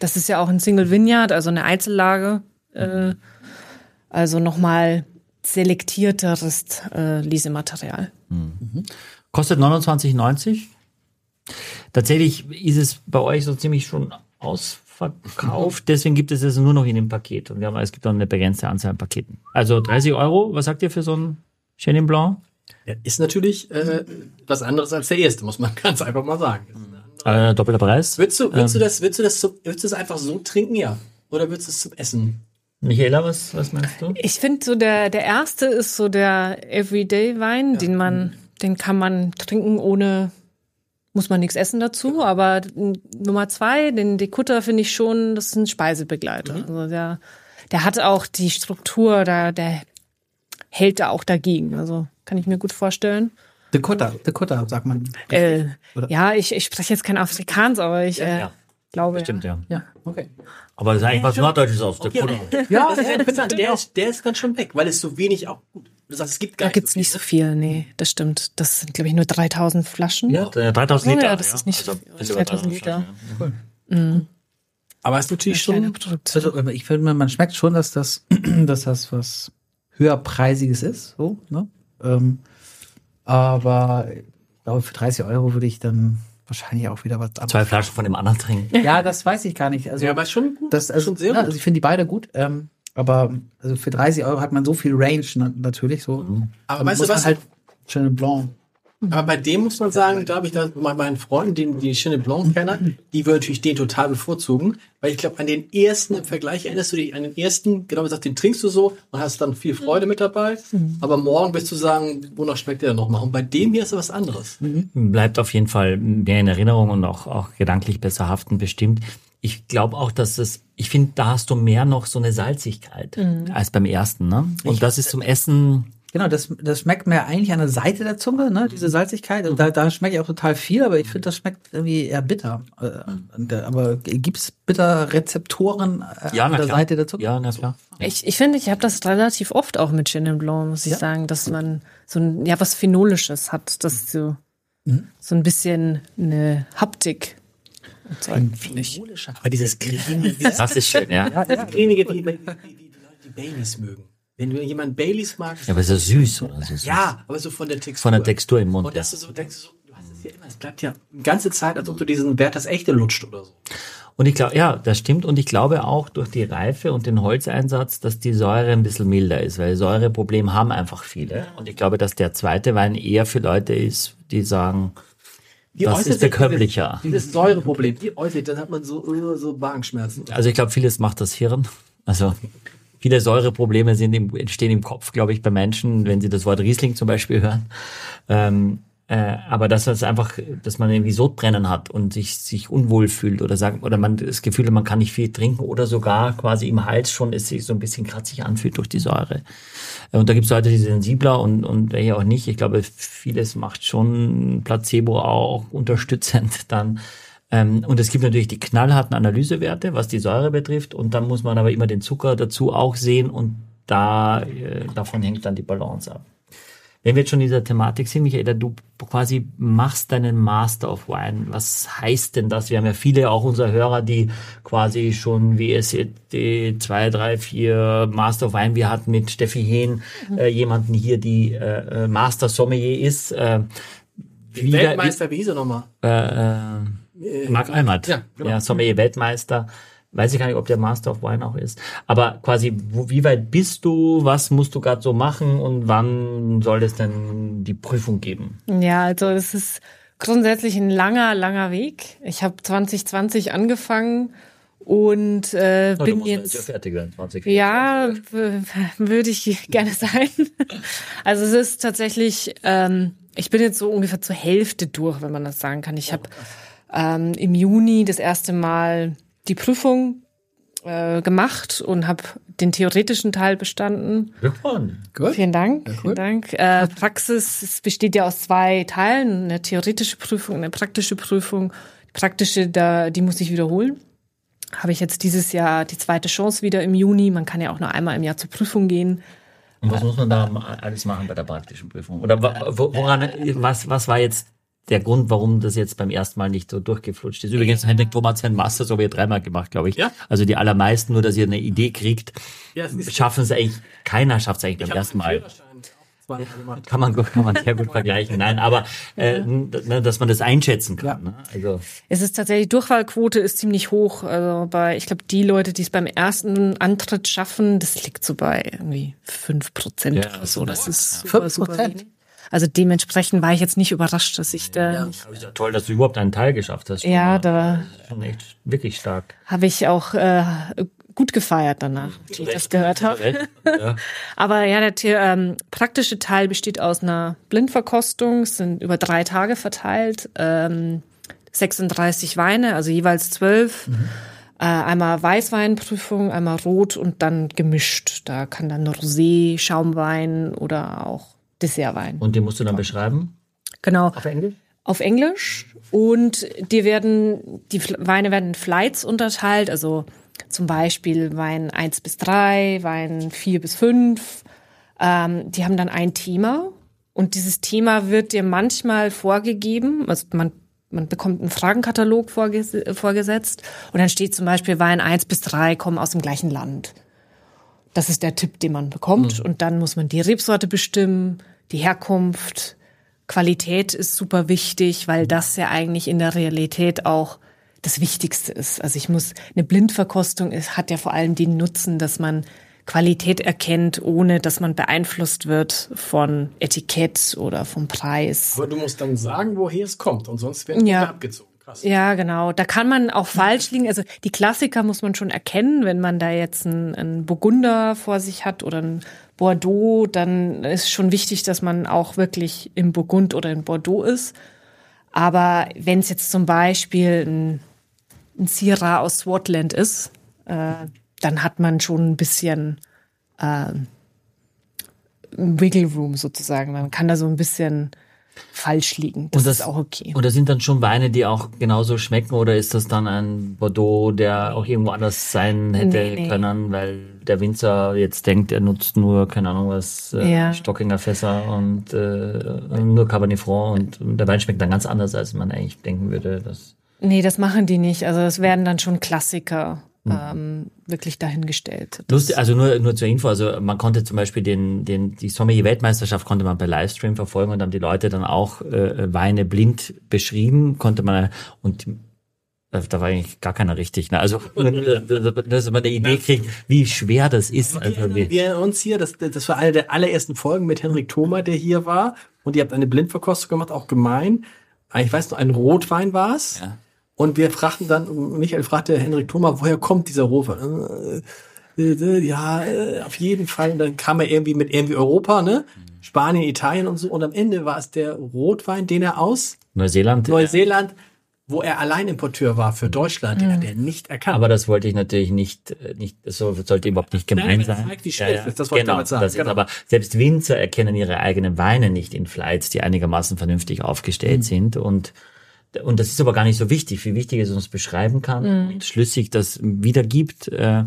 D: Das ist ja auch ein Single Vineyard, also eine Einzellage. Äh, also nochmal selektierteres äh, Lesematerial.
F: Kostet 29,90. Tatsächlich ist es bei euch so ziemlich schon <laughs> ausverkauft. Deswegen gibt es es nur noch in dem Paket. Und wir haben, es gibt noch eine begrenzte Anzahl an Paketen. Also 30 Euro, was sagt ihr für so ein Chenin Blanc?
E: Ja, ist natürlich äh, was anderes als der erste, muss man <laughs> ganz einfach mal sagen.
F: Äh, doppelter Preis.
E: Würdest du, würdest
F: Ähm.
E: du das, würdest du das, so, würdest du das einfach so trinken, ja? Oder würdest du es zum Essen?
F: Michaela, was, was meinst du?
D: Ich finde so der, der erste ist so der Everyday-Wein, den man, den kann man trinken ohne, muss man nichts essen
F: Genau.
D: dazu. Aber n- Nummer zwei, den Dekutter finde ich schon, das ist ein
F: Mhm.
D: Speisebegleiter. Also der, der hat auch die Struktur, der, der hält da auch dagegen. Also kann ich mir gut vorstellen.
C: De Kutter, De Kutter, sagt man.
D: Äh, ja, ich, ich spreche jetzt kein Afrikaans, aber ich äh,
F: ja.
D: glaube.
F: Stimmt, ja.
C: Ja, okay.
F: Aber das ist eigentlich was Norddeutsches auf der Kutter.
C: Ja, <laughs>
E: Das ist interessant. Der ist, der ist ganz schön weg, weil es so wenig auch gut. Du sagst, es gibt gar
D: Da gibt's nicht so viel, nee, das stimmt. Das sind, glaube ich, nur 3000 Flaschen.
F: Ja, 3000
D: Ja,
F: Liter.
D: ja, das ist nicht so-
F: bisschen über
D: 3000 Liter.
F: Flaschen, ja.
E: Aber es ist natürlich
D: Kleine
E: schon.
D: Produktion.
C: Also aber ich finde, man- man schmeckt schon, dass das, <clears throat> dass das was höherpreisiges ist, so, ne? Ähm, aber ich glaube, für 30 Euro würde ich dann wahrscheinlich auch wieder was anderes.
F: Zwei Flaschen von dem anderen trinken.
C: <laughs> Ja, das weiß ich gar nicht. Also,
E: Ja, aber schon gut.
C: das, also,
E: schon sehr
C: ja,
E: gut.
C: also ich finde die beide gut. Ähm, aber also für 30 Euro hat man so viel Range na, natürlich so.
F: Mhm.
E: aber
C: Dann
E: weißt du
C: muss man
E: was?
C: Halt Chenin Blanc.
E: Aber bei dem muss man sagen, da habe ich da bei meinen Freunden, die, die Chenin Blanc kennen, die würden natürlich den total bevorzugen, weil ich glaube, an den ersten im Vergleich erinnerst du dich an den ersten, genau gesagt, den trinkst du so und hast dann viel
F: Mhm.
E: Freude mit dabei. Aber morgen wirst du sagen, wonach schmeckt der denn nochmal? Und bei dem hier ist was anderes.
F: Mhm. Bleibt auf jeden Fall mehr in Erinnerung und auch, auch gedanklich besser haften, bestimmt. Ich glaube auch, dass es, ich finde, da hast du mehr noch so eine Salzigkeit
C: Mhm.
F: als beim ersten. Ne? Und das ist zum Essen,
C: Genau, das, das schmeckt mir eigentlich an der Seite der Zunge, ne?
F: Mhm.
C: Diese Salzigkeit. Und da, da schmeckt ich auch total viel, aber ich finde, das schmeckt irgendwie eher bitter. Äh,
F: Mhm.
C: und, äh, Aber gibt's Bitterrezeptoren äh,
F: ja,
C: an
F: na
C: der
F: klar.
C: Seite der Zunge?
F: Ja, na klar.
D: Ich, ich finde, ich habe das relativ oft auch mit Chenin Blanc, muss ich sagen, dass man so ein, ja, was Phenolisches hat, das so,
F: Mhm.
D: so ein bisschen eine Haptik. erzeugt, finde ich.
E: Aber dieses cremige, dieses
F: Das ist schön, ja. Ja,
E: cremige, die, die, die, die Leute, die Baileys mögen. Wenn du jemanden Baileys magst,
F: aber ist ja süß oder so.
E: Ja, aber so von der Textur.
F: Von der Textur im Mund,
E: Und dass du so denkst, so, du hast es ja immer, es bleibt ja die ganze Zeit, als ob du diesen Wert das echte lutscht oder so.
F: Und ich glaube, ja, das stimmt. Und ich glaube auch durch die Reife und den Holzeinsatz, dass die Säure ein bisschen milder ist, weil Säureproblem haben einfach viele. Und ich glaube, dass der zweite Wein eher für Leute ist, die sagen,
E: Wie
F: Das
E: äußert
F: ist
E: sich
F: bekömmlicher.
E: Dieses, dieses Säureproblem, wie äußert, dann hat man so, uh, so Magenschmerzen.
F: also ich glaube, vieles macht das Hirn. Also viele Säureprobleme sind im, entstehen im Kopf, glaube ich, bei Menschen, wenn sie das Wort Riesling zum Beispiel hören. Ähm, äh, aber dass das einfach, dass man irgendwie Sodbrennen hat und sich, sich unwohl fühlt oder sagt, oder man das Gefühl, hat, man kann nicht viel trinken oder sogar quasi im Hals schon es sich so ein bisschen kratzig anfühlt durch die Säure. Äh, Und da gibt es Leute, die sind sensibler und, und welche auch nicht. Ich glaube, vieles macht schon Placebo auch unterstützend dann. Ähm, und es gibt natürlich die knallharten Analysewerte, was die Säure betrifft. Und dann muss man aber immer den Zucker dazu auch sehen und da, äh, davon hängt dann die Balance ab. Wenn wir jetzt schon in dieser Thematik sind, Michaela, du quasi machst deinen Master of Wine. Was heißt denn das? Wir haben ja viele auch unserer Hörer, die quasi schon WSET 2, 3, 4 Master of Wine. Wir hatten mit Steffi Hehn äh, jemanden hier, die äh, äh, Master Sommelier ist. Äh, wie-
E: Weltmeister, wie hieß er nochmal?
F: äh, Marc Almert,
E: ja,
F: ja,
E: genau.
F: Sommelier Weltmeister. Weiß ich gar nicht, ob der Master of Wine auch ist. Aber quasi, wo, wie weit bist du? Was musst du gerade so machen? Und wann soll es denn die Prüfung geben?
D: Ja, also es ist grundsätzlich ein langer, langer Weg. Ich habe 2020 angefangen und äh,
F: Na, du
D: bin
F: musst ja
D: jetzt
F: fertig sein, 20.
D: Ja, w- würde ich gerne sein. Also es ist tatsächlich, ähm, ich bin jetzt so ungefähr zur Hälfte durch, wenn man das sagen kann. Ich habe ähm, im Juni das erste Mal die Prüfung äh, gemacht und habe den theoretischen Teil bestanden.
F: Glückwunsch.
C: Gut.
D: Vielen Dank. Vielen Dank. Äh, Praxis es besteht ja aus zwei Teilen, eine theoretische Prüfung und eine praktische Prüfung. Die praktische, da, die muss ich wiederholen. Habe ich jetzt dieses Jahr die zweite Chance wieder im Juni. Man kann ja auch nur einmal im Jahr zur Prüfung gehen.
F: Und was muss man da ma- alles machen bei der praktischen Prüfung? Oder wa- wo- woran, was, was war jetzt der Grund, warum das jetzt beim ersten Mal nicht so durchgeflutscht ist? Übrigens, Hendrik Thomas hat Masters aber hier dreimal gemacht, glaube ich.
E: Ja.
F: Also die allermeisten, nur dass ihr eine Idee kriegt,
E: Ja, es ist-
F: schaffen es eigentlich, keiner schafft es eigentlich beim ersten Mal. Kann man, gut- kann man
E: <laughs>
F: sehr gut vergleichen. Nein, aber äh, n- ne, dass man das einschätzen kann. Ne? Also,
D: Es ist tatsächlich, Durchfallquote ist ziemlich hoch. Also bei, ich glaube, die Leute, die es beim ersten Antritt schaffen, das liegt so bei irgendwie 5 Prozent
F: Ja,
D: oder so. Das ist super,
C: 5%?
D: super wenig. Also dementsprechend war ich jetzt nicht überrascht, dass ich da nicht
F: aber ist ja toll, dass du überhaupt einen Teil geschafft hast. schon
D: Ja,
F: mal.
D: da
F: Das ist schon echt wirklich stark.
D: habe ich auch äh, gut gefeiert danach, als ich das gehört habe.
F: Ja.
D: Aber ja, der The- ähm, praktische Teil besteht aus einer Blindverkostung, es sind über drei Tage verteilt, ähm, 36 Weine, also jeweils zwölf. Äh, einmal Weißweinprüfung, einmal Rot und dann gemischt. Da kann dann Rosé, Schaumwein oder auch Dessertwein.
F: Und den musst du dann beschreiben?
D: Genau.
F: Auf Englisch?
D: auf Englisch und dir werden die Fl- Weine werden in Flights unterteilt, also zum Beispiel Wein 1 bis 3, Wein 4 bis 5. Ähm, die haben dann ein Thema und dieses Thema wird dir manchmal vorgegeben, also man man bekommt einen Fragenkatalog vorges äh, vorgesetzt und dann steht zum Beispiel Wein 1 bis 3 kommen aus dem gleichen Land. Das ist der Tipp, den man bekommt. Und dann muss man die Rebsorte bestimmen, die Herkunft. Qualität ist super wichtig, weil das ja eigentlich in der Realität auch das Wichtigste ist. Also ich muss, eine Blindverkostung ist, hat ja vor allem den Nutzen, dass man Qualität erkennt, ohne dass man beeinflusst wird von Etikett oder vom Preis.
E: Aber du musst dann sagen, woher es kommt. Und sonst werden
D: Ja.
E: die abgezogen. Krass.
D: Ja, genau. Da kann man auch falsch liegen. Also die Klassiker muss man schon erkennen, wenn man da jetzt einen, einen Burgunder vor sich hat oder einen Bordeaux, dann ist schon wichtig, dass man auch wirklich im Burgund oder in Bordeaux ist. Aber wenn es jetzt zum Beispiel ein, ein Syrah aus Swatland ist, äh, dann hat man schon ein bisschen äh, Wiggle Room sozusagen. Man kann da so ein bisschen falsch liegen. Das, ist auch okay.
F: Und das sind dann schon Weine, die auch genauso schmecken, oder ist das dann ein Bordeaux, der auch irgendwo anders sein hätte
D: Nee, nee.
F: können, weil der Winzer jetzt denkt, er nutzt nur, keine Ahnung was, äh,
D: Ja.
F: Stockinger Fässer und äh, nur Cabernet Franc und, und der Wein schmeckt dann ganz anders, als man eigentlich denken würde. Dass,
D: Nee, das machen die nicht. Also das werden dann schon Klassiker ähm, wirklich dahingestellt.
F: Lustig, also nur, nur zur Info, also man konnte zum Beispiel den, den, die Sommelier-Weltmeisterschaft konnte man per Livestream verfolgen und haben die Leute dann auch äh, Weine blind beschrieben, konnte man, und äh, da war eigentlich gar keiner richtig. Ne? Also, <laughs> dass man eine Idee kriegt, wie schwer das ist. Also, wie,
E: Wir erinnern uns hier, das, das war eine der allerersten Folgen mit Henrik Thoma, der hier war. Und ihr habt eine Blindverkostung gemacht, auch gemein. Äh, Ich weiß noch, ein Rotwein war es. Und wir fragten dann, Michael fragte Henrik Thoma, woher kommt dieser Rotwein? Äh, äh, äh, Ja, äh, auf jeden Fall. Und dann kam er irgendwie mit irgendwie Europa, ne? Spanien, Italien und so. Und am Ende war es der Rotwein, den er aus
F: Neuseeland.
E: Neuseeland, wo er Alleinimporteur war für Deutschland, den hat er nicht erkannt.
F: aber das wollte ich natürlich nicht, äh, nicht so sollte überhaupt nicht gemein
E: Nein, aber das
F: sein.
E: zeigt, wie schwer es ist. Das wollte ich
F: genau,
E: damit sagen.
F: Das ist
E: Genau.
F: aber selbst Winzer erkennen ihre eigenen Weine nicht in Flights, die einigermaßen vernünftig aufgestellt
E: Mhm.
F: sind und und das ist aber gar nicht so wichtig. Viel wichtiger ist, dass man es beschreiben kann,
E: Mhm.
F: und schlüssig das wiedergibt. Äh,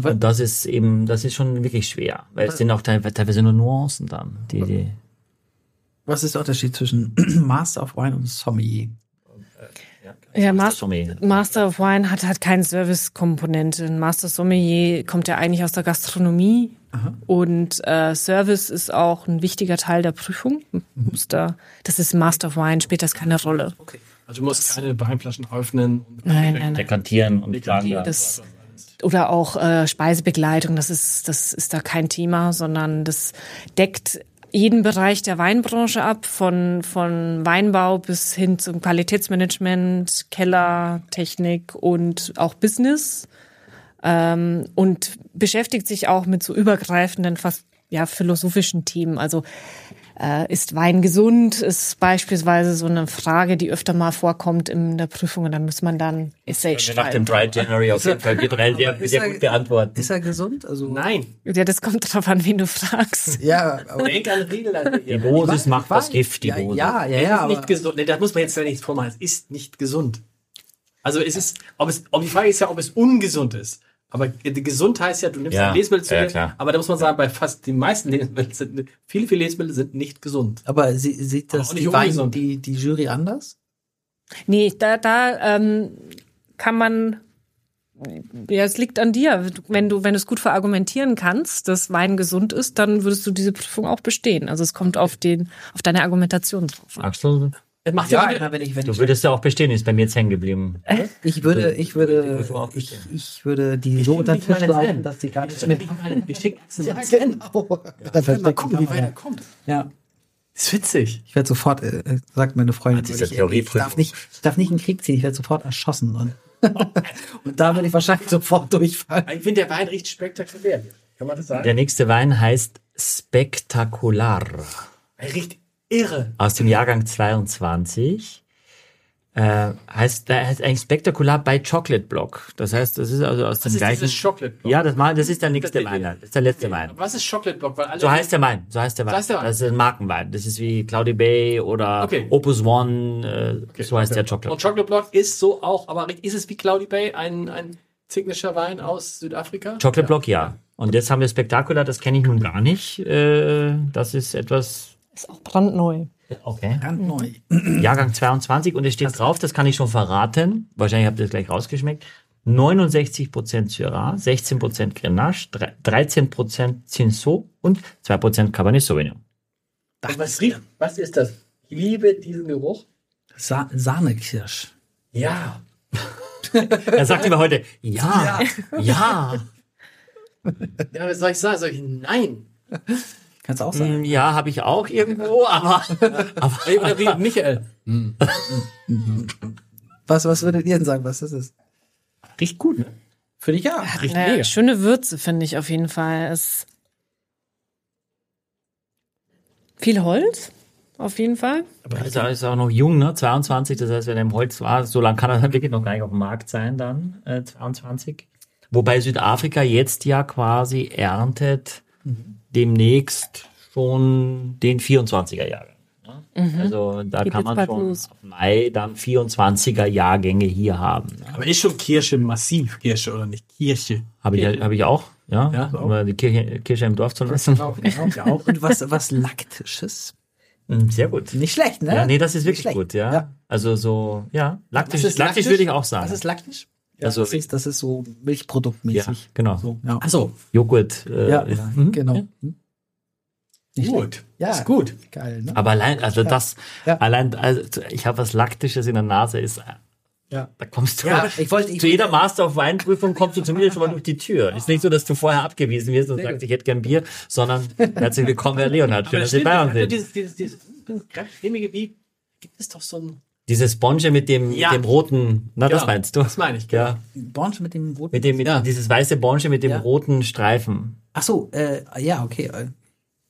F: und das ist eben, das ist schon wirklich schwer, weil es sind auch teil- teilweise nur Nuancen dann, die, die
C: Was ist der Unterschied zwischen <clears throat> Master of Wine und Sommelier?
D: Ja, Mas
F: Sommelier.
D: Master of Wine hat halt keine Service-Komponente. Ein Master Sommelier kommt ja eigentlich aus der Gastronomie und äh, Service ist auch ein wichtiger Teil der Prüfung. Muss da, das ist Master of Wine, spielt das keine Rolle.
E: Okay. Also du musst keine Weinflaschen öffnen.
D: Nein, nein, nein.
F: dekantieren und sagen, ja.
D: Das, oder auch äh, Speisebegleitung, das ist, das ist da kein Thema, sondern das deckt jeden Bereich der Weinbranche ab, von, von Weinbau bis hin zum Qualitätsmanagement, Keller, Technik und auch Business. Ähm, und beschäftigt sich auch mit so übergreifenden, fast ja, philosophischen Themen. Also äh, ist Wein gesund, ist beispielsweise so eine Frage, die öfter mal vorkommt in der Prüfung und dann muss man dann Essay
F: Wenn wir nach
D: schreiben.
F: dem Dry
E: <laughs>
F: January auf jeden Fall generell sehr, sehr gut beantworten.
C: Ist er gesund? Also
E: Nein.
D: Ja, das kommt drauf an, wen du fragst.
C: Ja, aber
E: Denk an Riedel
F: <laughs>
E: an
F: Die
E: hier.
F: Dosis macht das
C: Wein.
F: Gift, die
C: ja,
F: Dosis.
C: ja, ja,
E: Es
C: ja,
E: ist
C: aber
E: nicht gesund. Nee, das muss man jetzt ja nicht vormachen. Es ist nicht gesund. Also es ist, ob es, ob die Frage ist ja, ob es ungesund ist. Aber die gesund heißt ja, du nimmst
F: Ja,
E: ein Lebensmittel zu
F: ja,
E: dir.
F: klar.
E: Aber da muss man sagen, bei fast den meisten Lebensmitteln sind, viele, viele Lebensmittel sind nicht gesund.
C: Aber sie, sieht
E: Aber
C: das
E: auch nicht
C: die, Wein,
E: ungesund.
C: die, die Jury anders?
D: Nee, da, da ähm, kann man. Ja, es liegt an dir. Wenn du, wenn du es gut verargumentieren kannst, dass Wein gesund ist, dann würdest du diese Prüfung auch bestehen. Also es kommt auf den, auf deine Argumentation drauf an.
F: Axel,
E: Das macht
C: Ja,
E: ja,
C: immer, wenn ich, wenn
F: du
C: ich,
F: würdest ja auch bestehen, ist bei mir jetzt hängen geblieben.
C: ich würde, ich würde,
F: Prüfung auch
C: ich,
F: bestehen.
C: ich würde die so unter den
E: nicht mal
C: Tisch
E: ins
C: laufen,
E: Rennen.
C: dass sie gar nicht mit. <laughs>
E: Wir schicken es
C: genau. Ja, genau. Da
E: mal
C: verstecken
E: gucken,
C: die
E: ob einer
C: wieder.
E: kommt.
C: Ja.
E: Ist witzig.
C: Ich werde sofort, äh, äh, sagt meine Freundin,
F: diese
C: würde ich,
F: Theorie
C: ich darf nicht, ich darf nicht in den Krieg ziehen, ich werde sofort erschossen. Und, <laughs> und da werde ich wahrscheinlich sofort durchfallen.
E: Ich finde, der Wein riecht spektakulär. Kann man das sagen?
F: Der nächste Wein heißt Spektakular
E: Er riecht irre.
F: aus dem Jahrgang 22. Äh, heißt, der heißt eigentlich Spektakular bei Chocolate Block. Das heißt, das ist also aus dem
E: ist
F: gleichen.
E: dieses Chocolate Block?
F: Ja, das, mal, das ist der nächste
E: Das-
F: Wein. Das ist der letzte Wein.
E: Was ist Chocolate Block? Weil alle
F: So heißt der Wein. So heißt der Wein.
E: So heißt der Wein.
F: Das ist ein Markenwein. Das ist wie Cloudy Bay oder
E: Okay.
F: Opus One. Äh, So heißt der Chocolate.
E: Und Chocolate Block ist so auch, aber ist es wie Cloudy Bay, ein, ein signature Wein aus Südafrika?
F: Chocolate Block, ja. Und jetzt haben wir Spektakular, das kenne ich nun gar nicht. Äh, das ist etwas.
D: Ist auch brandneu.
F: Okay.
C: Brandneu.
F: Jahrgang 22 und es steht drauf, das kann ich schon verraten. Wahrscheinlich habt ihr es gleich rausgeschmeckt. 69% Syrah, 16% Grenache, drei- 13% Cinsault und 2% Cabernet Sauvignon.
E: Und was, riecht, was ist das? Ich liebe diesen Geruch.
C: Sa Sahnekirsch.
E: Ja.
F: Er sagt immer heute, ja, ja,
E: Ja, was soll ich sagen? Soll ich nein?
C: Kannst du auch
F: hm, ja,
C: sagen.
F: habe ich auch irgendwo, aber, aber
E: Ey, oder <laughs> wie Michael.
C: Was, was würdet ihr denn sagen, was das ist?
E: Riecht gut, ne?
C: Finde ich ja.
E: Riecht
D: Naja, schöne Würze finde ich auf jeden Fall. Es viel Holz auf jeden Fall.
F: Also er ist, auch- ist auch noch jung, ne? 22, das heißt, wenn er im Holz war, so lange kann er wirklich noch gar nicht auf dem Markt sein dann, äh, 22. Wobei Südafrika jetzt ja quasi erntet demnächst schon den 24er Jahre. Ne? Also da
D: Mhm. Geht
F: kann
D: jetzt
F: man
D: bald
F: schon
D: los.
F: ab Mai dann 24er Jahrgänge hier haben. Ne?
E: Aber ist schon Kirsche massiv, Kirsche oder nicht? Kirsche.
F: Habe ich, hab ich auch, ja,
E: Ja, genau.
F: um mal die Kirche, Kirche im Dorf zu lassen.
C: Ja, auch. Und was, was Laktisches?
F: Mm, Sehr gut.
C: Nicht schlecht, ne?
F: Ja, nee, das ist
C: Nicht
F: wirklich
C: schlecht.
F: gut, ja.
C: Ja.
F: Also so, ja,
C: Was
F: laktisch,
C: ist
F: laktisch würde ich auch sagen.
C: Was ist laktisch? Ja,
F: Also-
C: das, ist, das ist so
F: ja,
C: milchproduktmäßig.
F: genau.
C: So, ja.
E: Achso,
F: Joghurt. Äh,
C: Ja,
F: mhm.
C: genau. Nicht
E: gut.
C: Ja.
E: Ist gut.
C: Geil, ne?
F: Aber allein, also das,
C: Ja.
F: allein, also ich habe was Laktisches in der Nase, ist,
C: Ja.
F: da kommst du. <laughs>
C: Ja, ich wollte- ich-
F: zu jeder Master of Weinprüfung kommst du zumindest schon mal durch
C: <laughs>
F: die Tür. Ist nicht so, dass du vorher abgewiesen wirst und sagst, ich hätte gern Bier, sondern herzlich willkommen, Herr Leonhard. Schön,
E: Aber
F: dass Sie bei uns
C: also
E: stimmt, Also
F: sind.
E: dieses, dieses, dieses, dieses ganz cremige wie, gibt es doch so ein.
F: Diese Sponge mit dem,
E: Ja.
F: mit dem roten, na, das
E: Ja,
F: meinst du?
E: Das meine ich, genau.
F: Ja,
C: Bornsch mit dem roten.
F: mit dem, mit,
E: Ja.
F: dieses weiße Bonche mit dem
C: Ja.
F: roten Streifen.
C: Ach so, äh, ja, okay. äh,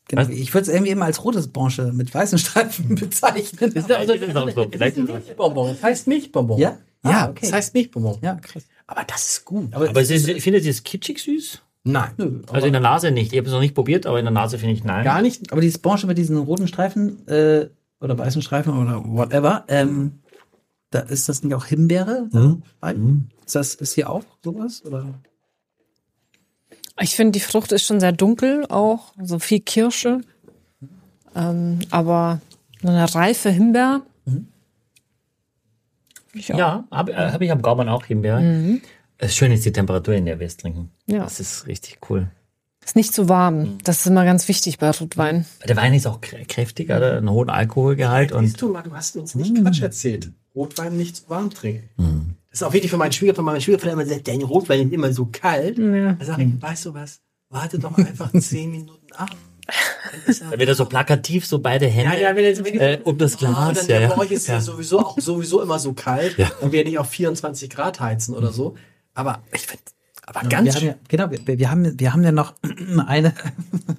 C: Genau.
F: Was?
C: Ich würde es irgendwie immer als rotes Branche mit weißen <laughs> Streifen bezeichnen.
E: Das ist also-
F: Vielleicht ist es auch so.
E: das ist ein Milchbonbon. Das heißt Milchbonbon.
C: Ja?
E: Ja,
C: Ah, okay.
E: das heißt Milchbonbon.
C: Ja, krass.
E: Aber das ist gut.
F: Aber es ist, ich finde, es ist kitschig süß.
E: nein.
F: Also in der Nase nicht. Ich habe es noch nicht probiert, aber in der Nase finde ich nein.
E: Gar nicht.
C: Aber dieses Branche mit diesen roten Streifen äh, oder weißen Streifen oder whatever, ähm, da ist das nicht auch Himbeere? Bei- Ist das ist hier auch sowas? Oder?
D: Ich finde, die Frucht ist schon sehr dunkel auch, so viel Kirsche. Ähm, aber so eine reife Himbeer. Ich auch. Mhm.
F: Ja, habe hab ich am Gaumann auch Himbeer. Es ist schön ist die Temperatur, in der wir es trinken.
D: Ja.
F: Das ist richtig cool.
D: Ist nicht zu warm. Das ist immer ganz wichtig bei Rotwein.
F: Der Wein ist auch krä- kräftig, hat einen hohen Alkoholgehalt und
E: Siehst du mal, du hast uns nicht Quatsch erzählt. Rotwein nicht zu warm trinken. Das ist auch wichtig für meinen Schwiegervater. Mein Schwiegervater immer sagt, dein Rotwein ist immer so kalt. Da sage ich, weißt du was? Warte doch einfach 10 Minuten ab. Dann ist er-
F: da wird er so plakativ so beide Hände äh, um das
E: Ah,
F: Glas.
E: dann
F: ja, ja.
E: Bei euch ist ja, sowieso auch sowieso immer so kalt und wir nicht auf 24 Grad heizen oder so. Aber ich finde, aber
C: wir
E: ganz
C: haben ja, genau, wir, wir, haben, wir haben ja noch <clears throat> eine,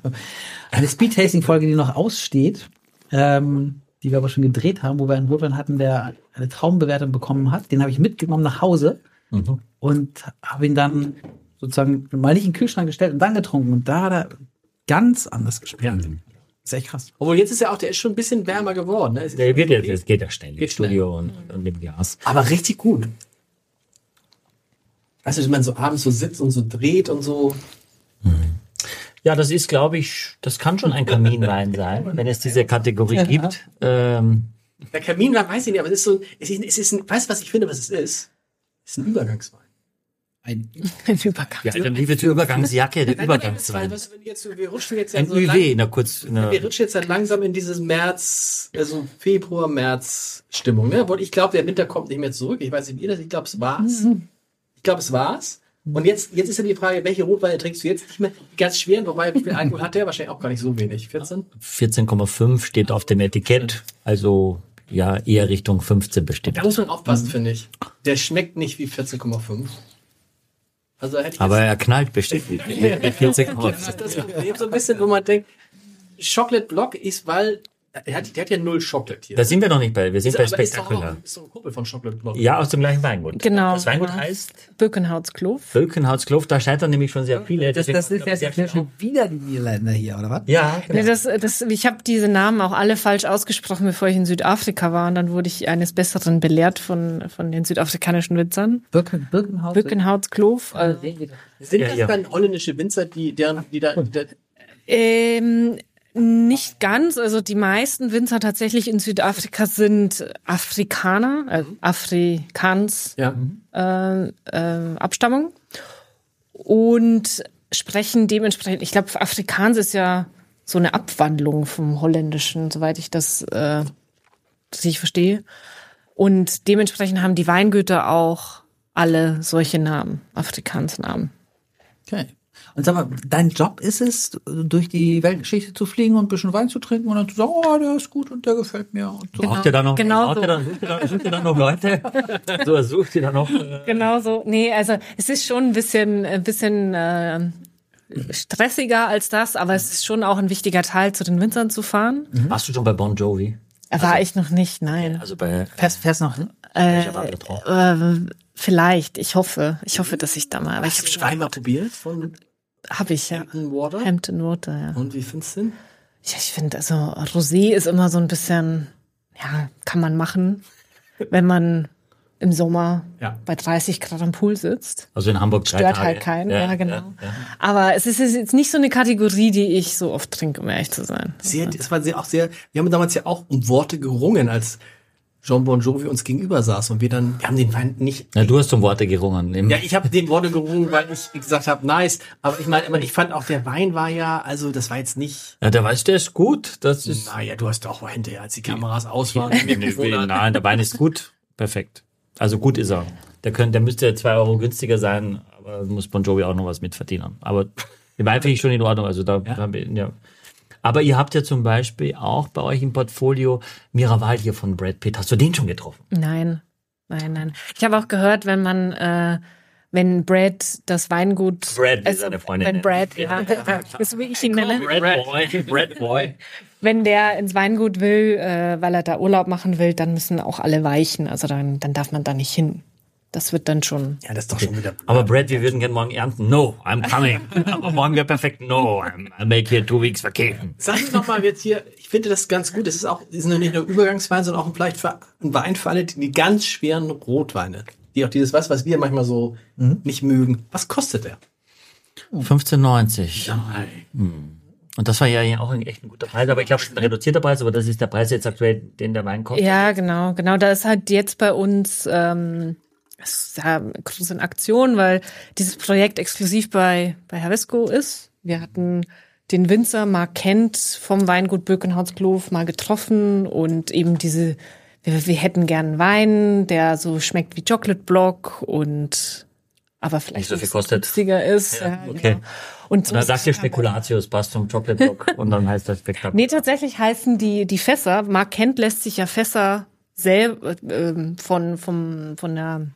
C: <laughs> eine Speed-Tasting-Folge, die noch aussteht, ähm, die wir aber schon gedreht haben, wo wir einen Rotwein hatten, der eine Traumbewertung bekommen hat. Den habe ich mitgenommen nach Hause und habe ihn dann sozusagen mal nicht in den Kühlschrank gestellt und dann getrunken. Und da hat er ganz anders geschmeckt. Ist echt krass.
E: Obwohl jetzt ist ja auch, der ist schon ein bisschen wärmer geworden. Ne? Es ist-
F: Der wird jetzt, es geht ja schnell. im
E: Geht schnell.
F: Studio und, und im Glas.
E: Aber richtig gut. Weißt du, wenn man so abends so sitzt und so dreht und so.
F: Ja, das ist, glaube ich, das kann schon ein Kaminwein sein, wenn es diese Kategorie gibt. Ähm,
E: Der Kaminwein weiß ich nicht, aber es ist so, es ist, es ist ein, weißt du, was ich finde, was es ist? Es ist ein Übergangswein.
B: Ein
D: Ein Übergang.
F: ja, dann liebe zur Übergangsjacke, der Übergangswein.
E: Weißt du, wenn du jetzt so- Wir rutschen jetzt ja
F: Ein
E: so lang,
F: UW, na kurz. Na,
E: wir rutschen jetzt dann langsam in dieses März, also Februar, März Stimmung, ne? Obwohl Ich glaube, der Winter kommt nicht mehr zurück. Ich weiß nicht, wie ihr das, ich glaube, es war's. Ich glaube, es war's. Und jetzt, jetzt ist ja die Frage, welche Rotweine trinkst du jetzt nicht mehr? Die Ganz schweren, wobei, wie viel Alkohol hat der? Wahrscheinlich auch gar nicht so wenig. 14?
F: 14,5 steht auf dem Etikett, also ja, eher Richtung 15 bestimmt.
E: Da muss man aufpassen, finde ich. Der schmeckt nicht wie 14,5. Also hätte ich
F: Aber er knallt bestimmt mit mit 14,5.
E: jetzt das Problem so ein bisschen, wo man denkt, Chocolate Block ist, weil er hat, der hat ja null Chocolate hier. Also,
F: Da sind wir noch nicht bei, wir sind bei
E: Aber ist doch
F: Spektakulär.
E: auch- Ist doch ein Kumpel von Chocolate Block.
F: Ja, aus dem gleichen Weingut.
D: Genau.
F: Das Weingut heißt
D: Birkenhautsklof.
F: Völkenhauskloft, da scheitern nämlich schon sehr viele.
B: Das,
F: deswegen
B: das
F: kommt,
B: ist
F: glaub ich,
B: jetzt
F: sehr
B: ja
F: schnell
B: schon wieder die Niederländer hier, oder was?
F: auf. Ja, genau.
D: Nee, das, das, ich habe diese Namen auch alle falsch ausgesprochen, bevor ich in Südafrika war. Und dann wurde ich eines Besseren belehrt von, von den südafrikanischen Winzern.
B: Birken, Birkenhaus.
D: Birkenhautsklof.
B: Also sehen wir das.
E: Sind
F: Ja,
E: das
F: ja.
E: dann holländische Winzer, die, deren, die da, die da
D: Ähm, nicht ganz. Also die meisten Winzer tatsächlich in Südafrika sind Afrikaner, äh, Afrikans
E: ja.
D: äh, äh, Abstammung und sprechen dementsprechend. Ich glaube, Afrikaans ist ja so eine Abwandlung vom Holländischen, soweit ich das äh, richtig verstehe. Und dementsprechend haben die Weingüter auch alle solche Namen, Afrikaansnamen.
B: Okay. Und sag mal, dein Job ist es, durch die Weltgeschichte zu fliegen und ein bisschen Wein zu trinken und dann zu sagen, oh, der ist gut und der gefällt mir. Und so.
F: Braucht ihr da noch,
D: Genau
F: braucht
D: so.
F: ihr dann, sucht, ihr dann, sucht ihr dann noch Leute? So, sucht ihr dann noch. äh,
D: Genau so. Nee, also es ist schon ein bisschen, ein bisschen äh, stressiger als das, aber es ist schon auch ein wichtiger Teil, zu den Winzern zu fahren.
F: Warst du schon bei Bon Jovi?
D: War ich noch nicht, nein.
F: Also bei
B: Fährst, fährst noch hin?
F: äh, Bertrand?
D: Äh, vielleicht, ich hoffe. Ich hoffe, dass ich da mal. Aber ich habe schon.
E: Einmal probiert von
D: Hab ich, ja.
E: Water.
D: Hampton Water, ja.
E: Und wie findest du den?
D: Ja, ich finde, also Rosé ist immer so ein bisschen, ja, kann man machen, wenn man im Sommer
E: Ja.
D: bei 30 Grad am Pool sitzt.
F: Also in Hamburg drei
D: Stört
F: Tage.
D: halt keinen, ja, genau.
F: ja.
D: Aber es ist jetzt nicht so eine Kategorie, die ich so oft trinke, um ehrlich zu sein.
E: Sehr, es war sehr, auch sehr, wir haben damals ja auch um Worte gerungen, als Jean Bon Jovi uns gegenüber saß und wir dann, wir haben den Wein nicht
F: Na, du hast um Worte gerungen. Im,
E: Ja, ich habe den Worte gerungen, weil ich gesagt habe, nice. Aber ich meine, aber ich fand auch, der Wein war ja, also das war jetzt nicht.
F: ja, der Weiß, der ist gut. Das ist.
E: Naja, du hast auch hinterher, als die Kameras aus waren, die Mikrofone an-
F: Nein, der Wein ist gut. Perfekt. Also gut ist er. Der, könnte, der müsste zwei Euro günstiger sein, aber muss Bon Jovi auch noch was mitverdienen. Aber den Wein finde ich schon in Ordnung. Also da, ja. ja. Aber ihr habt ja zum Beispiel auch bei euch im Portfolio Miraval hier von Brad Pitt. Hast du den schon getroffen?
D: Nein, nein, nein. Ich habe auch gehört, wenn man, äh, wenn Brad das Weingut. also
F: Brad, wie seine Freundin
D: Wenn
F: nennt.
D: Brad, ja. Das will ich ihn nennen.
F: Brad Boy. Brad Boy.
D: Wenn der ins Weingut will, äh, weil er da Urlaub machen will, dann müssen auch alle weichen. Also dann, dann darf man da nicht hin. Das wird dann schon.
E: Ja, das ist doch schon wieder.
F: Aber Brad, wir würden gerne morgen ernten. No, I'm <laughs> coming. Aber morgen wäre perfekt. No, I'm, I'll make here two weeks vacation.
E: Sag ich noch mal jetzt hier, ich finde das ganz gut. Es ist auch, es ist noch nicht nur Übergangswein, sondern auch vielleicht für, ein Wein für alle, die, die ganz schweren Rotweine, die auch dieses was, was wir manchmal so
F: Mhm.
E: nicht mögen. Was kostet der?
F: Uh. 15,90. Und das war ja auch ein echt ein guter Preis, aber ich glaube, ein reduzierter Preis, aber das ist der Preis jetzt aktuell, den der Wein kostet.
D: Ja, genau, genau. Da ist halt jetzt bei uns ähm, es ist ja groß in Aktion, weil dieses Projekt exklusiv bei, bei Havesco ist. Wir hatten den Winzer Mark Kent vom Weingut Birkenhausglof mal getroffen und eben diese, wir, wir hätten gern einen Wein, der so schmeckt wie Chocolate Block und aber vielleicht
F: Nicht so viel
D: ein bisschen
F: kostet.
D: günstiger ist. Ja,
F: okay.
D: genau. Und so
F: Und dann sagt ihr Spekulatius, passt zum Chocolate Block und dann heißt das Spektakel.
D: Nee, tatsächlich heißen die, die Fässer. Mark Kent lässt sich ja Fässer selber ähm, von, vom, von der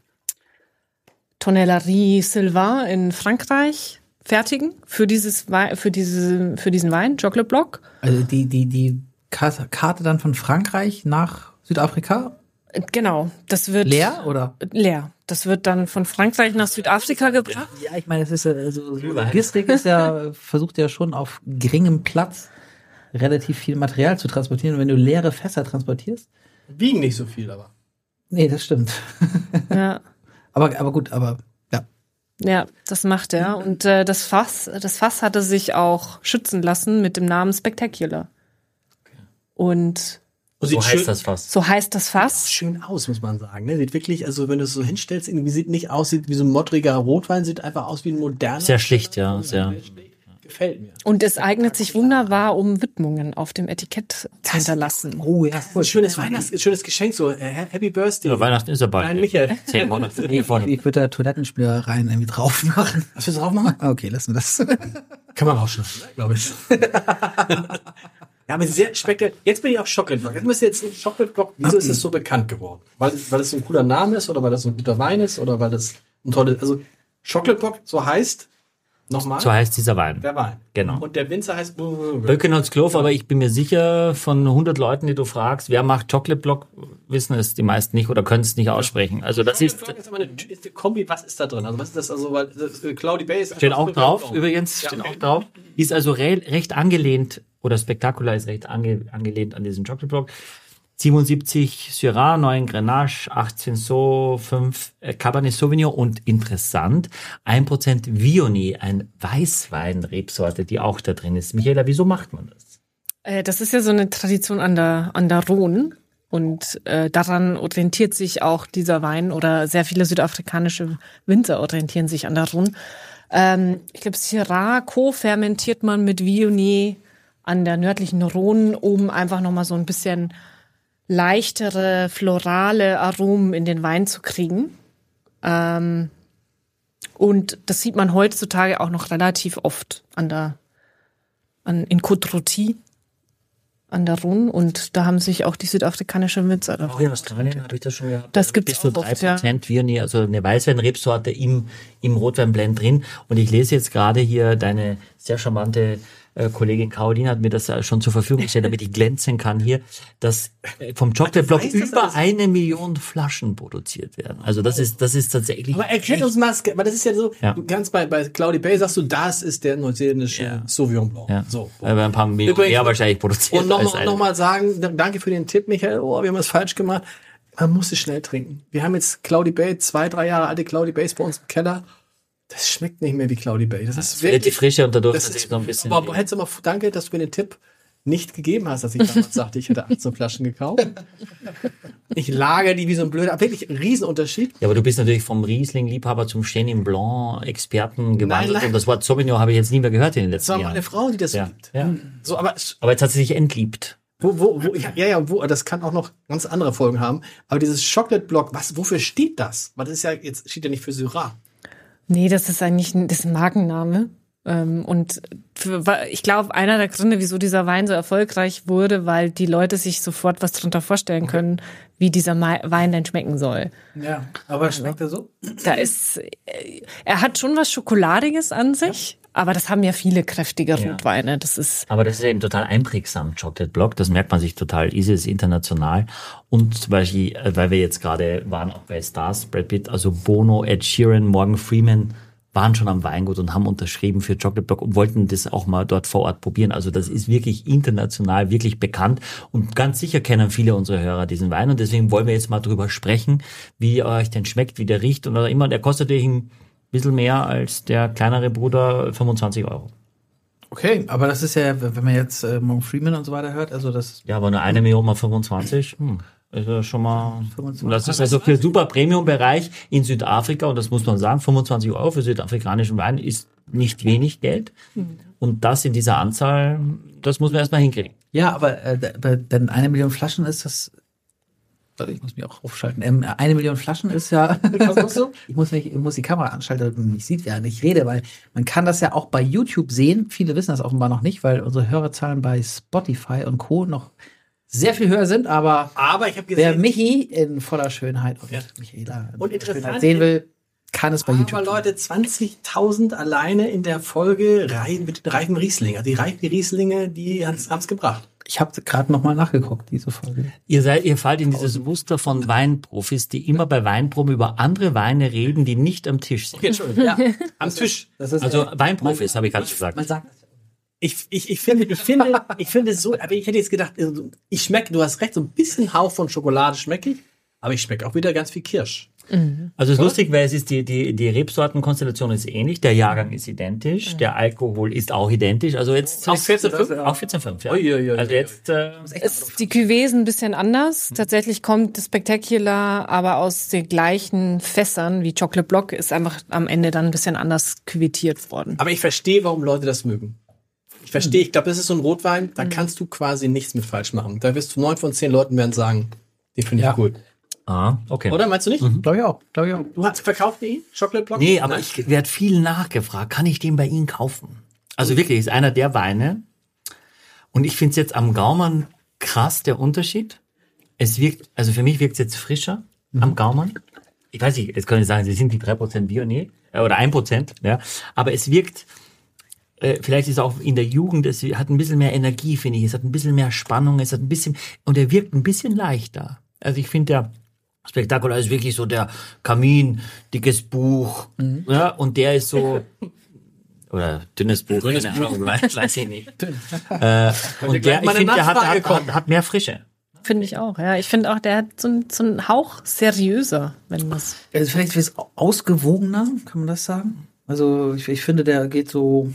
D: Tonnellerie Sylvain in Frankreich fertigen für dieses Wei- für diese für diesen Wein Chocolate Block.
B: Also die, die, die Karte, Karte dann von Frankreich nach Südafrika?
D: Äh, Genau, das wird
B: Leer oder?
D: leer. Das wird dann von Frankreich nach Südafrika gebracht.
B: Ja, ich meine, das ist ja, also so Logistik ist <laughs> ja, versucht ja schon auf geringem Platz relativ viel Material zu transportieren. Und wenn du leere Fässer transportierst,
E: Wiegen nicht so viel, aber.
B: nee, das stimmt.
D: Ja.
B: Aber, aber gut, aber ja.
D: Ja, das macht er. Und äh, das Fass, das Fass hatte sich auch schützen lassen mit dem Namen Spectacular. Und
E: Und
F: So
E: sieht schön,
F: heißt das fast.
D: so heißt das Fass.
E: schön aus, muss man sagen. Ne? Sieht wirklich, also wenn du es so hinstellst, irgendwie sieht nicht aus sieht wie so ein modriger Rotwein, sieht einfach aus wie ein moderner.
F: Sehr schlicht, ja, sehr.
E: Gefällt mir.
D: Und es eignet sich wunderbar, um Widmungen auf dem Etikett zu hinterlassen.
E: Oh ja, ein schönes Weihnachts, ein schönes Geschenk, so äh, Happy Birthday.
F: Ja, Weihnachten ist ja bald.
E: Nein, Michael.
F: Zehn <laughs> Monate.
B: Ich, ich würde da Toilettenspüler rein irgendwie drauf machen.
E: Was willst du drauf machen?
B: Okay, lassen wir das.
E: Kann man rausschneiden, glaube ich. <laughs> ja, aber sehr spektakulär. Jetzt bin ich auf Chocolate Block. Jetzt müsst ihr jetzt in Chocolate Block. Wieso ist es so bekannt geworden? Weil, weil es so ein cooler Name ist oder weil das so ein guter Wein ist oder weil das ein tolles. Also Chocolate Block, so heißt nochmal
F: So heißt dieser Wein.
E: der Wein.
F: Genau.
E: Und der Winzer heißt Böcke.
F: Böckenholz Klof, aber ich bin mir sicher, von 100 Leuten, die du fragst, wer macht Chocolate Block, wissen es die meisten nicht oder können es nicht aussprechen. Also das ist,
E: Ist aber eine, ist eine Kombi, was ist da drin? Also, was ist das? Also, weil das, äh, Cloudy Base.
F: steht auch drauf, übrigens, steht auch drauf. Ist also re recht angelehnt oder spektakulär ist recht ange angelehnt an diesen Chocolate Block. 77 Syrah, 9 Grenache, 18 So, 5 äh, Cabernet Sauvignon und interessant, 1% Viognier, ein Weißwein-Rebsorte, die auch da drin ist. Michaela, wieso macht man das?
D: Äh, das ist ja so eine Tradition an der, an der Rhone. Und äh, daran orientiert sich auch dieser Wein oder sehr viele südafrikanische Winzer orientieren sich an der Rhone. Ähm, ich glaube, Syrah co-fermentiert man mit Viognier an der nördlichen Rhone, um einfach nochmal so ein bisschen leichtere, florale Aromen in den Wein zu kriegen. Ähm, und das sieht man heutzutage auch noch relativ oft an der, an, in Côte Rôtie an der Rhone und da haben sich auch die südafrikanischen Winzer
F: Auch in Australien habe ich das schon gehabt. Also
D: Das gibt's
F: Bis zu
D: auch oft,
F: 3% Viognier, also eine Weißweinrebsorte im, im Rotweinblend drin. Und ich lese jetzt gerade hier, deine sehr charmante äh, Kollegin Caroline hat mir das äh, schon zur Verfügung gestellt, damit ich glänzen kann hier, dass äh, vom Chocolate Block
E: Weiß das
F: über
E: alles?
F: eine Million Flaschen produziert werden. Also das ist, das ist tatsächlich...
E: Aber erklärt uns mal, weil das ist ja so,
F: Ja.
E: du kannst bei, bei Cloudy Bay sagst du, das ist der neuseeländische Sauvignon Blanc.
F: ja,
E: So.
F: äh, ein paar Millionen
E: Übrigens-
F: mehr wahrscheinlich produziert.
E: Und
F: als
E: nochmal
F: eine.
E: noch mal sagen, d- danke für den Tipp, Michael. Oh, wir haben was falsch gemacht. Man muss es schnell trinken. Wir haben jetzt Cloudy Bay, zwei, drei Jahre alte Cloudy Bays bei uns im Keller. Das schmeckt nicht mehr wie Cloudy Bay. Das ist
F: Verliert Äh, die
E: wirklich.
F: Frische und dadurch
E: Das
F: tatsächlich
E: ist,
F: so ein bisschen...
E: aber hättest du mal danke, dass du mir den Tipp nicht gegeben hast, dass ich damals sagte, ich hätte 18 Flaschen gekauft. Ich lager die wie so ein blöder, wirklich ein Riesenunterschied.
F: Ja, aber du bist natürlich vom Riesling-Liebhaber zum Chenin Blanc-Experten gewandelt
E: nein.
F: und das Wort Sauvignon habe ich jetzt nie mehr gehört in den
E: Das
F: letzten
E: war
F: Jahren.
E: meine Frau, die das
F: Ja,
E: liebt.
F: ja.
E: So, aber es-
F: Aber jetzt hat sie sich entliebt.
E: Wo, wo, wo, ja, ja, ja, wo, das kann auch noch ganz andere Folgen haben. Aber dieses Chocolate Block, was, wofür steht das? Weil das ist ja, jetzt steht ja nicht für Syrah.
D: Nee, das ist eigentlich ein, das ist ein Markenname. Ähm, und für, wa- ich glaube, einer der Gründe, wieso dieser Wein so erfolgreich wurde, weil die Leute sich sofort was drunter vorstellen können, wie dieser Ma Wein denn schmecken soll.
C: Ja, aber schmeckt er so?
D: Da ist, äh, er hat schon was Schokoladiges an sich, aber das haben ja viele kräftige Rotweine. Das ist,
F: Aber das ist eben total einprägsam, Chocolate Block. Das merkt man sich total. Easy ist international. Und weil, ich, äh, weil wir jetzt gerade waren auch bei Stars, Brad Pitt, also Bono, Ed Sheeran, Morgan Freeman waren schon am Weingut und haben unterschrieben für Chocolate Block und wollten das auch mal dort vor Ort probieren. Also das ist wirklich international, wirklich bekannt und ganz sicher kennen viele unserer Hörer diesen Wein und deswegen wollen wir jetzt mal drüber sprechen, wie er euch denn schmeckt, wie der riecht und oder immer. Und er kostet natürlich ein bisschen mehr als der kleinere Bruder 25 Euro.
B: Okay, aber das ist ja, wenn man jetzt äh, Morgan Freeman und so weiter hört, also das
F: Ja, aber nur eine Million mal 25, hm, ist ja schon mal.
B: 25.
F: Das ist also für super Premium-Bereich in Südafrika, und das muss man sagen, 25 Euro für südafrikanischen Wein ist nicht wenig Geld. Und das in dieser Anzahl, das muss man erstmal hinkriegen.
B: Ja, aber äh, da- aber dann eine Million Flaschen ist das. Warte, ich muss mich auch aufschalten. Ähm, eine Million Flaschen ist ja. <laughs> ich muss mich, ich muss die Kamera anschalten, damit man mich sieht, während ich rede, weil man kann das ja auch bei YouTube sehen. Viele wissen das offenbar noch nicht, weil unsere Hörerzahlen bei Spotify und Co. noch sehr viel höher sind, aber
E: <laughs> Aber ich habe
B: wer
E: gesehen,
B: Michi in voller Schönheit und Michaela in
E: Und
B: voller
E: interessant Ah,
B: Schönheit sehen will, kann es bei
E: aber
B: YouTube.
E: Leute, 20.000 alleine in der Folge rei- mit den reifen Rieslinger. Die reifen Rieslinge, die haben es gebracht.
B: Ich habe gerade nochmal nachgeguckt, diese Folge.
F: Ihr seid, ihr fallt in dieses Muster von Weinprofis, die immer bei Weinproben über andere Weine reden, die nicht am Tisch sind.
E: Entschuldigung. <laughs> Ja. Am Tisch.
B: Das ist
F: Also Weinprofis, habe ich gerade
B: man
F: gesagt.
B: sagt
E: Ich, ich, ich finde, ich finde, ich finde so, aber ich hätte jetzt gedacht, also, ich schmecke, du hast recht, so ein bisschen Hauch von Schokolade schmecke ich, aber ich schmecke auch wieder ganz viel Kirsch.
F: Also es ist lustig, weil es ist die, die, die Rebsortenkonstellation ist ähnlich, der Jahrgang ist identisch, der Alkohol ist auch identisch. Also jetzt
E: Auch
F: ist-
E: 14,5?
F: Auch 14,5, ja.
E: Uiuiui.
F: also jetzt äh,
D: Ist die Cuvée ein bisschen anders. Tatsächlich kommt das Spectacular aber aus den gleichen Fässern wie Chocolate Block, ist einfach am Ende dann ein bisschen anders küvetiert worden.
E: Aber ich verstehe, warum Leute das mögen. Ich verstehe,
F: Mhm.
E: ich glaube, das ist so ein Rotwein, da kannst du quasi nichts mit falsch machen. Da wirst du neun von zehn Leuten werden sagen, den finde ich
H: Ja.
E: cool.
F: ah, okay.
E: Oder meinst du nicht?
H: Glaube ich auch. Glaube ich auch.
E: Du hast verkauft die Chocolate Block?
F: Nee, aber ich werde viel nachgefragt, kann ich den bei Ihnen kaufen? Also wirklich, ist einer der Weine. Und ich finde es jetzt am Gaumann krass, der Unterschied. Es wirkt, also für mich wirkt es jetzt frischer
E: Mhm.
F: am Gaumann. Ich weiß nicht, jetzt können Sie sagen, Sie sind die 3% Bio, nee, äh, oder 1%, ja. Aber es wirkt, äh, vielleicht ist auch in der Jugend, es hat ein bisschen mehr Energie, finde ich. Es hat ein bisschen mehr Spannung, es hat ein bisschen, und er wirkt ein bisschen leichter. Also ich finde, der Spektakular ist wirklich so der Kamin, dickes Buch, ja, und der ist so, oder dünnes Buch, dünnes keine Ahnung, weiß, weiß ich nicht. äh,
E: gleich
F: und der, ich
E: mal eine
F: finde, der hat,
E: Nachfrage
F: hat, hat, hat mehr Frische.
D: Finde ich auch, ja. Ich finde auch, der hat so, einen- so einen Hauch seriöser, wenn das.
C: Also vielleicht ist es ausgewogener, kann man das sagen? Also ich, ich finde, der geht so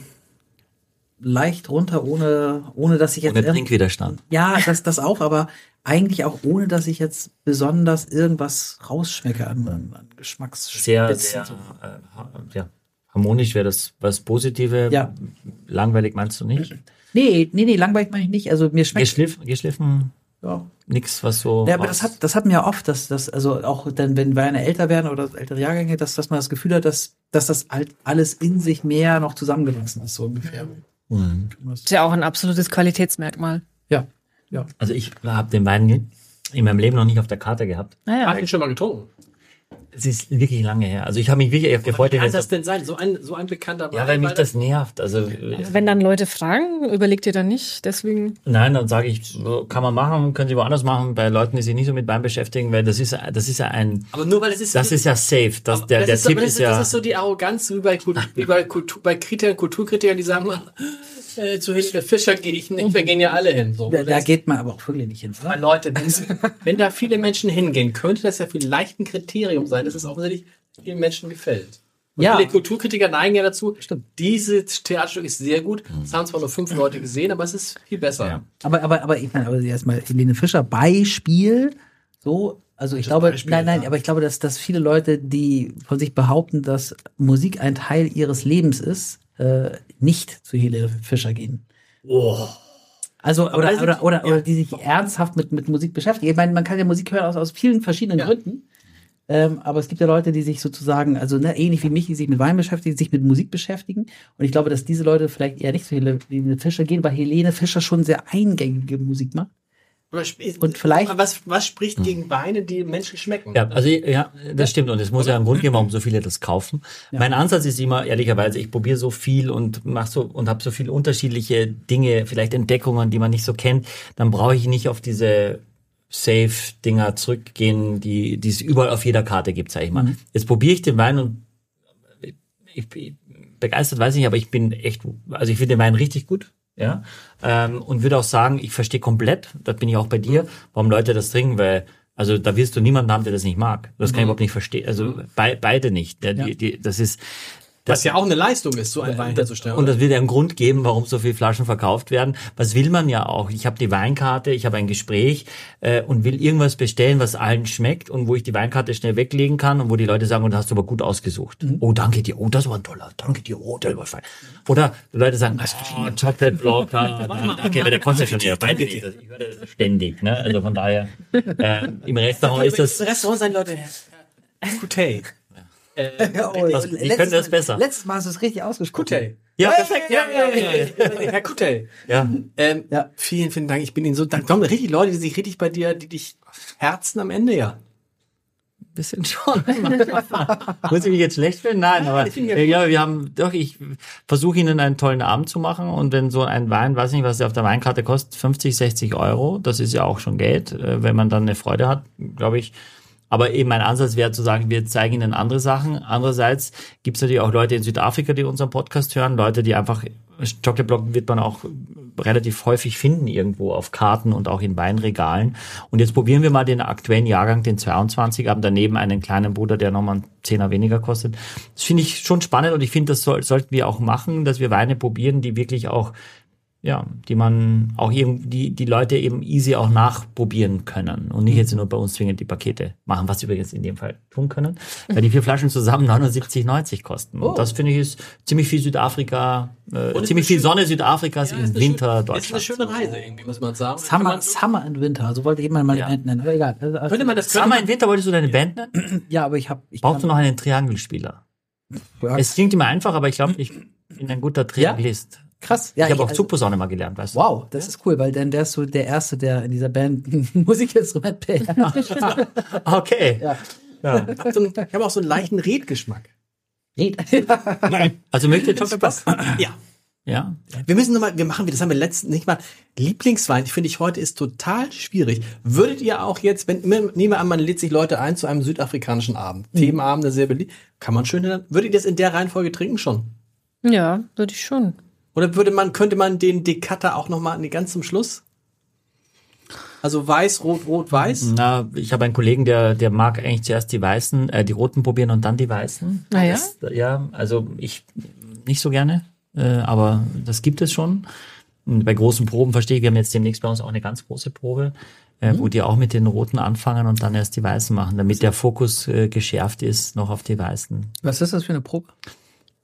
C: leicht runter, ohne, ohne dass ich jetzt...
F: Und der
C: irg-
F: Trinkwiderstand.
C: ja, das, das auch, aber eigentlich auch ohne, dass ich jetzt besonders irgendwas rausschmecke an, an, an Geschmacksspitzen.
F: Sehr, sehr, äh, ha- ja, harmonisch wäre das was Positive.
C: Ja.
F: Langweilig meinst du nicht?
C: Nee, nee, nee, langweilig meine ich nicht. Also mir schmeckt...
F: Geschliffen, geschliffen,
C: Ja.
F: nix, was so.
C: Ja, aber
F: raus-
C: das hat, das hat mir ja oft, dass das, also auch dann, wenn Weine älter werden oder ältere Jahrgänge, dass, dass man das Gefühl hat, dass, dass das halt alles in sich mehr noch zusammengewachsen ist, so ungefähr.
D: Ist ja auch ein absolutes Qualitätsmerkmal.
C: Ja, ja.
F: Also ich habe den Wein in meinem Leben noch nicht auf der Karte gehabt.
E: Hat
D: Naja,
E: den schon mal getrunken.
F: Es ist wirklich lange her. Also ich habe mich wirklich auf gefreut.
E: Wie
F: den
E: kann
F: jetzt-
E: das denn sein? So ein, so ein bekannter
F: Ja, weil mich
E: Wein-
F: das nervt. Also äh,
D: wenn dann Leute fragen, überlegt ihr dann nicht. Deswegen
F: nein, dann sage ich, so kann man machen, können Sie woanders machen bei Leuten, die sich nicht so mit Wein beschäftigen, weil das ist das ist ja ein
E: Aber nur weil es ist.
F: das ist ja safe. Das,
E: Aber
F: der
E: das
F: der
E: ist,
F: Tipp
E: aber das
F: ist ja
E: Das ist so die Arroganz wie bei,
F: <laughs>
E: Kult- wie bei, Kultur, bei Kritikern, Kulturkritikern, die sagen, <laughs> äh, zu Hilfe Fischer gehe ich nicht, wir gehen ja alle hin. So.
C: Da, da geht man aber auch wirklich nicht hin.
E: Aber
C: Oder?
E: Leute, wenn, wenn da viele Menschen hingehen, könnte das ja vielleicht ein Kriterium sein, dass es offensichtlich vielen Menschen gefällt. Und
C: Ja.
E: viele Kulturkritiker neigen ja dazu, dieses Theaterstück ist sehr gut. Es haben zwar nur fünf Leute gesehen, aber es ist viel besser.
F: Mhm. Ja.
C: Aber, aber, aber ich meine, aber erstmal Helene Fischer, Beispiel, so, also ich glaube, nein, nein, aber ich glaube, dass, dass viele Leute, die von sich behaupten, dass Musik ein Teil ihres Lebens ist, äh, nicht zu Helene Fischer gehen. Also, oder,
E: das ist-
C: oder, oder, oder die sich ernsthaft mit, mit Musik beschäftigen. Ich meine, man kann ja Musik hören aus, aus vielen verschiedenen Gründen. Ähm, aber es gibt ja Leute, die sich sozusagen, also ne, ähnlich wie mich, die sich mit Wein beschäftigen, sich mit Musik beschäftigen. Und ich glaube, dass diese Leute vielleicht eher nicht zu Helene Fischer gehen, weil Helene Fischer schon sehr eingängige Musik <laughs> macht.
E: Oder sp-
C: Und vielleicht-
E: aber Was, was spricht gegen Weine, die Menschen schmecken?
F: Mhm. Ja, also ja, das stimmt. Und es muss ja einen Grund geben, warum so viele das kaufen. Mein Ansatz ist immer, ehrlicherweise, ich probiere so viel und mach so und habe so viele unterschiedliche Dinge, vielleicht Entdeckungen, die man nicht so kennt. Dann brauche ich nicht auf diese Safe-Dinger zurückgehen, die die es überall auf jeder Karte gibt, sage ich mal. Jetzt probiere ich den Wein und ich, ich, begeistert weiß ich nicht, aber ich bin echt, also ich finde den Wein richtig gut. Ja, ähm, und würde auch sagen, ich verstehe komplett, da bin ich auch bei dir, warum Leute das trinken, weil, also da wirst du niemanden haben, der das nicht mag. Das kann ich überhaupt nicht verstehen. Also bei, beide nicht. Der, die, die, das ist,
E: Was ja auch eine Leistung ist, so einen Wein herzustellen.
F: und das wird ja einen Grund geben, warum so viele Flaschen verkauft werden. Was will man ja auch? Ich habe die Weinkarte, ich habe ein Gespräch äh, und will irgendwas bestellen, was allen schmeckt und wo ich die Weinkarte schnell weglegen kann und wo die Leute sagen, oh, das hast du aber gut ausgesucht. Oh, danke dir. Oh, das war ein toller. Danke dir. Oh, der war fein. Oder die Leute sagen, oh, Chocolate Blocker. Danke, aber der kostet schon wieder. Weiß Ich nicht. Ich höre das ständig. Ne? Also von daher, äh,
E: <laughs>
F: im Restaurant ist das...
E: Restaurant sein, Leute. Coutey.
F: die können das besser.
C: oh, Letztes Mal hast du es richtig ausgesprochen.
E: Coutey. Ja, perfekt. Ja, ja, ja, ja. Herr Coutey.
F: Ja.
E: Ähm,
C: Ja.
E: Vielen, vielen Dank. Ich bin Ihnen so dankbar. Kommen richtig Leute, die sich richtig bei dir, die dich herzen am Ende, ja.
F: bisschen schon. <laughs> Muss ich mich jetzt schlecht fühlen? Nein, aber ich glaube, wir haben doch, ich versuche Ihnen einen tollen Abend zu machen und wenn so ein Wein, weiß nicht, was der auf der Weinkarte kostet, 50, 60 Euro, das ist ja auch schon Geld, äh, wenn man dann eine Freude hat, glaube ich. Aber eben mein Ansatz wäre zu sagen, wir zeigen Ihnen andere Sachen. Andererseits gibt es natürlich auch Leute in Südafrika, die unseren Podcast hören, Leute, die einfach, Chocolate Block wird man auch relativ häufig finden irgendwo auf Karten und auch in Weinregalen. Und jetzt probieren wir mal den aktuellen Jahrgang, den 22, haben daneben einen kleinen Bruder, der nochmal einen Zehner weniger kostet. Das finde ich schon spannend und ich finde, das soll, sollten wir auch machen, dass wir Weine probieren, die wirklich auch ja, die man auch eben, die, die Leute eben easy auch nachprobieren können und nicht jetzt nur bei uns zwingend die Pakete machen, was sie übrigens in dem Fall tun können, weil die vier Flaschen zusammen 79,90 kosten. Und das finde ich ist ziemlich viel Südafrika, äh,
E: Und
F: ziemlich
E: ist
F: viel
E: eine
F: Sonne Südafrikas
E: ist
F: im
E: eine
F: Winter
E: schöne-
F: Deutschland.
E: Ist eine schöne Reise irgendwie, muss man sagen. Kann
C: Summer,
E: man-
C: Summer and Winter, so wollte eben mal
F: Ja.
C: die Band nennen, aber egal. Also, also,
E: Könnte man das
F: Sag mal, im Winter wolltest du deine Band nennen?
C: ja, aber ich habe ich
F: Brauchst du
C: kann-
F: noch einen Triangelspieler?
C: Ja.
F: Es klingt immer einfach, aber ich glaube, ich bin ein guter Triangelist.
C: krass.
F: ich habe auch
C: also-
F: Zugposaune mal gelernt, weißt du?
C: Wow, das ist cool, weil dann der ist so der erste, der in dieser Band <laughs> ein Musikinstrument <laughs> beherrscht.
F: Okay.
C: Ja.
F: Ja.
E: Ich hab so einen- ich habe auch so einen leichten Redgeschmack.
F: Nein. Also mögt ihr Top
E: Ja.
F: Ja.
E: Wir müssen nochmal, wir machen, das haben wir letzten nicht mal. Lieblingswein, finde ich heute, ist total schwierig. Würdet ihr auch jetzt, wenn, nehmen wir an, man lädt sich Leute ein zu einem südafrikanischen Abend.
F: Mhm.
E: Themenabende sehr beliebt. Kann man schön, dann- würdet ihr das in der Reihenfolge trinken schon?
D: Ja, würde ich schon.
E: Oder würde man, könnte man den Dekanter auch nochmal ganz zum Schluss? Also weiß, rot, rot, weiß?
C: Mhm.
F: Na, ich habe einen Kollegen, der, der mag eigentlich zuerst die Weißen, äh, die Roten probieren und dann die Weißen.
D: Naja.
F: Das, ja, also ich nicht so gerne, äh, aber das gibt es schon. Und bei großen Proben verstehe ich, wir haben jetzt demnächst bei uns auch eine ganz große Probe, äh,
E: Mhm.
F: wo die auch mit den Roten anfangen und dann erst die Weißen machen, damit der Fokus äh, geschärft ist noch auf die Weißen.
C: Was ist das für eine Probe?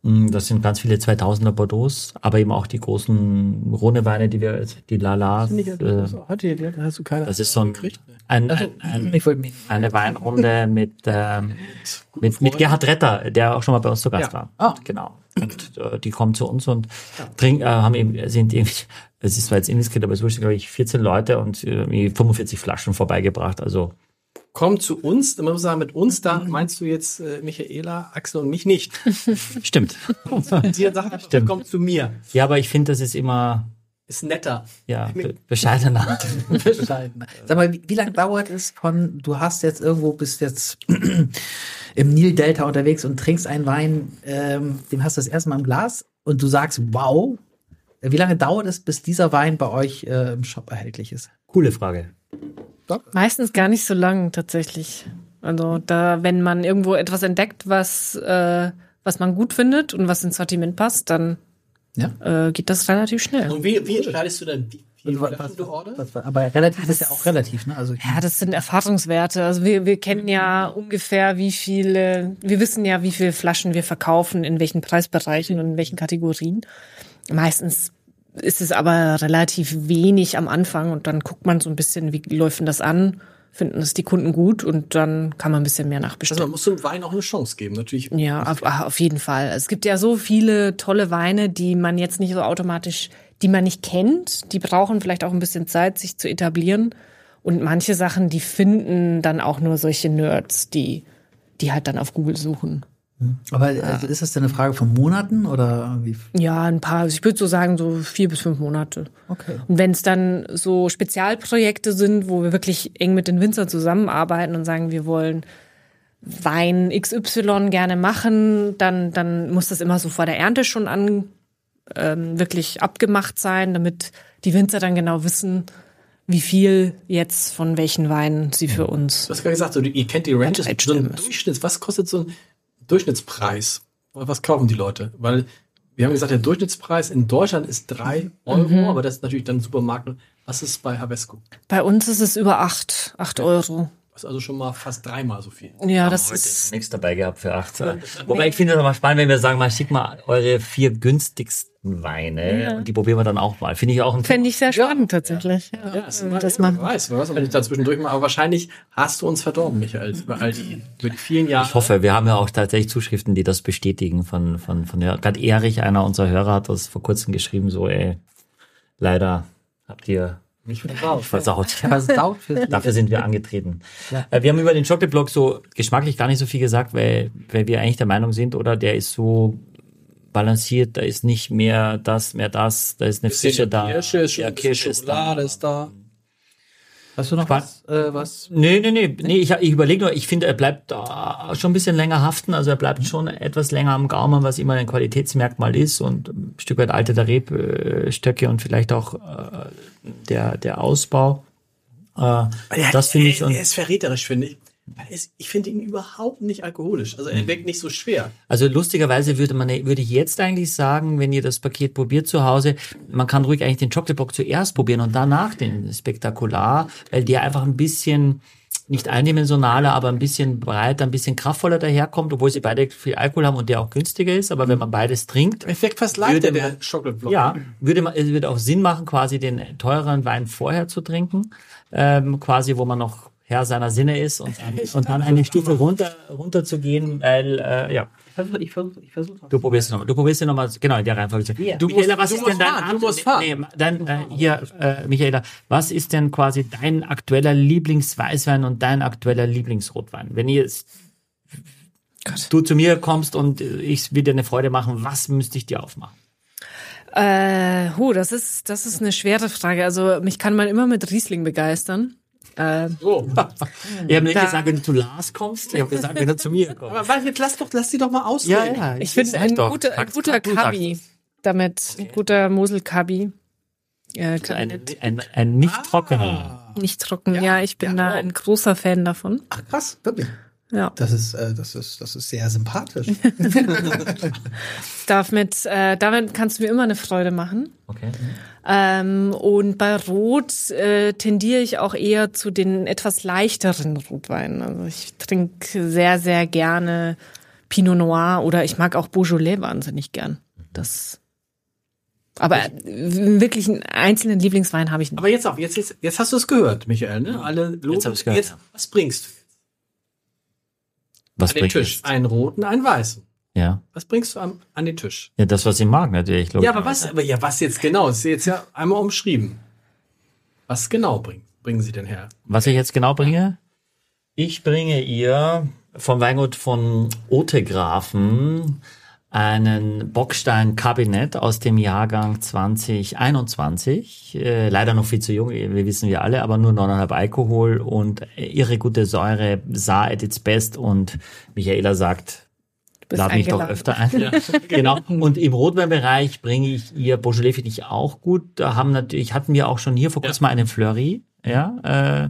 F: Mm, Das sind ganz viele 2000er Bordeaux, aber eben auch die großen Rhone-Weine, die wir, die Lala, äh,
E: Heute, hast du keine. Also
F: das ist so ein, ein, ein, ein
C: Ich wollte mich.
F: eine Weinrunde mit, ähm, mit, mit Gerhard Retter, der auch schon mal bei uns zu Gast war. Ah. Genau. Und äh, die kommen zu uns und trinken, äh, haben eben, sind irgendwie, es ist zwar jetzt indiskret, aber es wurden, glaube ich, 14 Leute und äh, irgendwie 45 Flaschen vorbeigebracht. Also
E: Komm zu uns, man muss sagen, mit uns, da
C: Mhm.
E: meinst du jetzt äh, Michaela, Axel und
C: <laughs>
E: mich nicht.
F: stimmt.
E: <laughs> Die Sache, komm zu mir.
F: ja, aber ich finde, das ist immer
E: Ist netter.
F: ja, be <laughs> bescheidener.
C: bescheiden. Sag mal, wie, wie lange dauert es von, du hast jetzt irgendwo, bist jetzt <clears throat> im Nil-Delta unterwegs und trinkst einen Wein, ähm, dem hast du das erste Mal im Glas und du sagst, wow. Wie lange dauert es, bis dieser Wein bei euch äh, im Shop erhältlich ist?
F: Coole Frage.
D: Meistens gar nicht so lang tatsächlich. Also da, wenn man irgendwo etwas entdeckt, was, äh, was man gut findet und was ins Sortiment passt, dann
C: Ja.
D: äh, geht das relativ schnell.
E: Und wie, wie entscheidest du denn, wie, wie
C: Und wa-
E: Flaschen du orderst?
C: was- aber relativ ist ja auch relativ, ne? Also
D: Ja, das sind Erfahrungswerte. Also wir, wir kennen ja ungefähr, wie viele, wir wissen ja, wie viele Flaschen wir verkaufen, in welchen Preisbereichen und in welchen Kategorien. Meistens ist es aber relativ wenig am Anfang und dann guckt man so ein bisschen, wie läuft denn das an, finden es die Kunden gut und dann kann man ein bisschen mehr nachbestellen.
E: Also man muss dem Wein auch eine Chance geben, natürlich.
D: Ja, auf, ah, auf jeden Fall. Es gibt ja so viele tolle Weine, die man jetzt nicht so automatisch, die man nicht kennt. Die brauchen vielleicht auch ein bisschen Zeit, sich zu etablieren. Und manche Sachen, die finden dann auch nur solche Nerds, die, die halt dann auf Google suchen.
C: Aber also ist das denn eine Frage von Monaten oder wie?
D: Ja, ein paar, Also ich würde so sagen, so vier bis fünf Monate.
C: Okay.
D: Und wenn es dann so Spezialprojekte sind, wo wir wirklich eng mit den Winzern zusammenarbeiten und sagen, wir wollen Wein XY gerne machen, dann, dann muss das immer so vor der Ernte schon an ähm, wirklich abgemacht sein, damit die Winzer dann genau wissen, wie viel jetzt von welchen Weinen sie für uns.
E: Du hast gerade gesagt, so, die- ihr kennt die Ranches.
D: Zeit
E: So ein
D: stimmt.
E: Durchschnitts, was kostet so ein Durchschnittspreis? Was kaufen die Leute? Weil wir haben gesagt, der Durchschnittspreis in Deutschland ist 3 Euro, aber das ist natürlich dann Supermarkt. Was ist bei Havesco?
D: Bei uns ist es über acht, acht Euro.
E: Das ist also schon mal fast dreimal so viel.
D: Ja, das
F: Heute ist
D: ist.
F: nichts dabei gehabt für 8. Wobei ich finde es mal spannend, wenn wir sagen, mal schick mal eure vier günstigsten Weine und die probieren wir dann auch mal. Finde ich auch ein
D: Fände ich sehr spannend tatsächlich. Ja,
E: Mhm,
D: das machen.
E: Wer weiß, wer weiß, wenn ich da zwischendurch mal, aber wahrscheinlich hast du uns verdorben, Michael, über all die, über die vielen Jahre.
F: Ich hoffe, wir haben ja auch tatsächlich Zuschriften, die das bestätigen von, von, von Hörern. Gerade Erich, einer unserer Hörer, hat das vor kurzem geschrieben, so, ey, leider habt ihr mich versaut.
C: Was dauert
F: <laughs>
C: für
F: Dafür sind wir angetreten. Äh, Wir haben über den Chocolate-Block so geschmacklich gar nicht so viel gesagt, weil, weil wir eigentlich der Meinung sind, oder der ist so balanciert, da ist nicht mehr das, mehr das, da ist eine Fische da.
E: Kirsche ist schon,
F: ja,
E: ein bisschen
F: Kirsche ist da.
E: Schokolade ist da.
C: Hast du noch
F: Span-
C: was? Äh, was?
F: Nee, nee, nee, nee ich, ich überlege nur, ich finde, er bleibt äh, schon ein bisschen länger haften, also er bleibt schon etwas länger am Gaumen, was immer ein Qualitätsmerkmal ist und ein Stück weit alte der Rebstöcke und vielleicht auch äh, der, der Ausbau. Äh,
E: Er hat-
F: das finde ich.
E: er,
F: Und,
E: er ist verräterisch, finde ich. Weil er ist- Ich finde ihn überhaupt nicht alkoholisch. Also
F: Mhm.
E: er wirkt nicht so schwer.
F: Also lustigerweise würde man würde ich jetzt eigentlich sagen, wenn ihr das Paket probiert zu Hause, man kann ruhig eigentlich den Chocolate Block zuerst probieren und danach den Spektakular, weil der einfach ein bisschen nicht eindimensionaler, aber ein bisschen breiter, ein bisschen kraftvoller daherkommt, obwohl sie beide viel Alkohol haben und der auch günstiger ist, aber wenn man beides trinkt,
E: Er wirkt fast leichter,
F: Würde
E: der
F: man-
E: Schokoblock.
F: ja, würde man, es würde auch Sinn machen, quasi den teureren Wein vorher zu trinken, ähm, quasi, wo man noch Herr seiner Sinne ist und, und dann eine Stufe runter, runter zu gehen, weil, äh, ja.
C: Ich versuche, ich versuche, ich versuche.
F: Du probierst nochmal. Du probierst nochmal. Genau, in der Reihenfolge. Du, Michaela, was
E: du
F: ist
E: musst
F: denn dein
E: fahren, du
F: Akt-
E: musst fahren.
F: Nee, ma- dein, äh, hier, äh, Michaela, was ist denn quasi dein aktueller Lieblingsweißwein und dein aktueller Lieblingsrotwein? Wenn ihr jetzt du zu mir kommst und äh, ich will dir eine Freude machen, was müsste ich dir aufmachen?
D: Äh, hu, das ist, das ist eine schwere Frage. Also mich kann man immer mit Riesling begeistern. Äh,
F: Ich habe nicht
D: Da-
F: gesagt, wenn du zu Lars kommst, ich habe gesagt, wenn du zu mir kommst.
E: Aber warte, lass doch, lass die doch mal ausreden.
D: ich finde ein guter, ein guter Kabi damit, ein guter Mosel-Kabi. Äh, kann-
F: Ein, ein, ein nicht trockener.
D: nicht trocken. Ja, ich bin da ein großer Fan davon.
C: Ach krass, wirklich.
D: Ja.
C: Das ist, äh, das ist, das ist sehr <laughs> sympathisch.
D: Darf mit, äh, damit kannst du mir immer eine Freude machen.
F: Okay.
D: Ähm, und bei Rot äh, tendiere ich auch eher zu den etwas leichteren Rotweinen. Also ich trinke sehr, sehr gerne Pinot Noir oder ich mag auch Beaujolais wahnsinnig gern. Das. Aber äh, wirklich einen einzelnen Lieblingswein habe ich nicht.
E: Aber jetzt auch, jetzt, jetzt, jetzt hast du es gehört, Michael, ne? Alle loben.
F: Mhm. hab ich's gehört,
E: Jetzt,
F: ja.
E: was bringst du?
F: Was
E: An den
F: bringt
E: Tisch.
F: es?
E: Einen roten, einen weißen.
F: Ja.
E: Was bringst du am, an den Tisch?
F: ja, das, was ich mag, natürlich.
E: Ja, aber was, aber ja, was jetzt genau? Das ist jetzt ja einmal umschrieben. Was genau bringen, bringen sie denn her?
F: was ich jetzt genau bringe? Ich bringe ihr vom Weingut von Ote Grafen einen Bockstein-Kabinett aus dem Jahrgang 2021. Äh, leider noch viel zu jung, wir wissen wir alle, aber nur 9,5 Alkohol und irre gute Säure, sah at its best und Michaela sagt,
D: Du bist
F: Lade mich doch
D: eingeladen.
F: öfter ein.
D: <laughs>
F: genau. Und im Rotweinbereich bringe ich ihr Beaujolais finde ich auch gut. Da haben natürlich hatten wir auch schon hier vor kurzem mal einen Fleury. Ja, äh,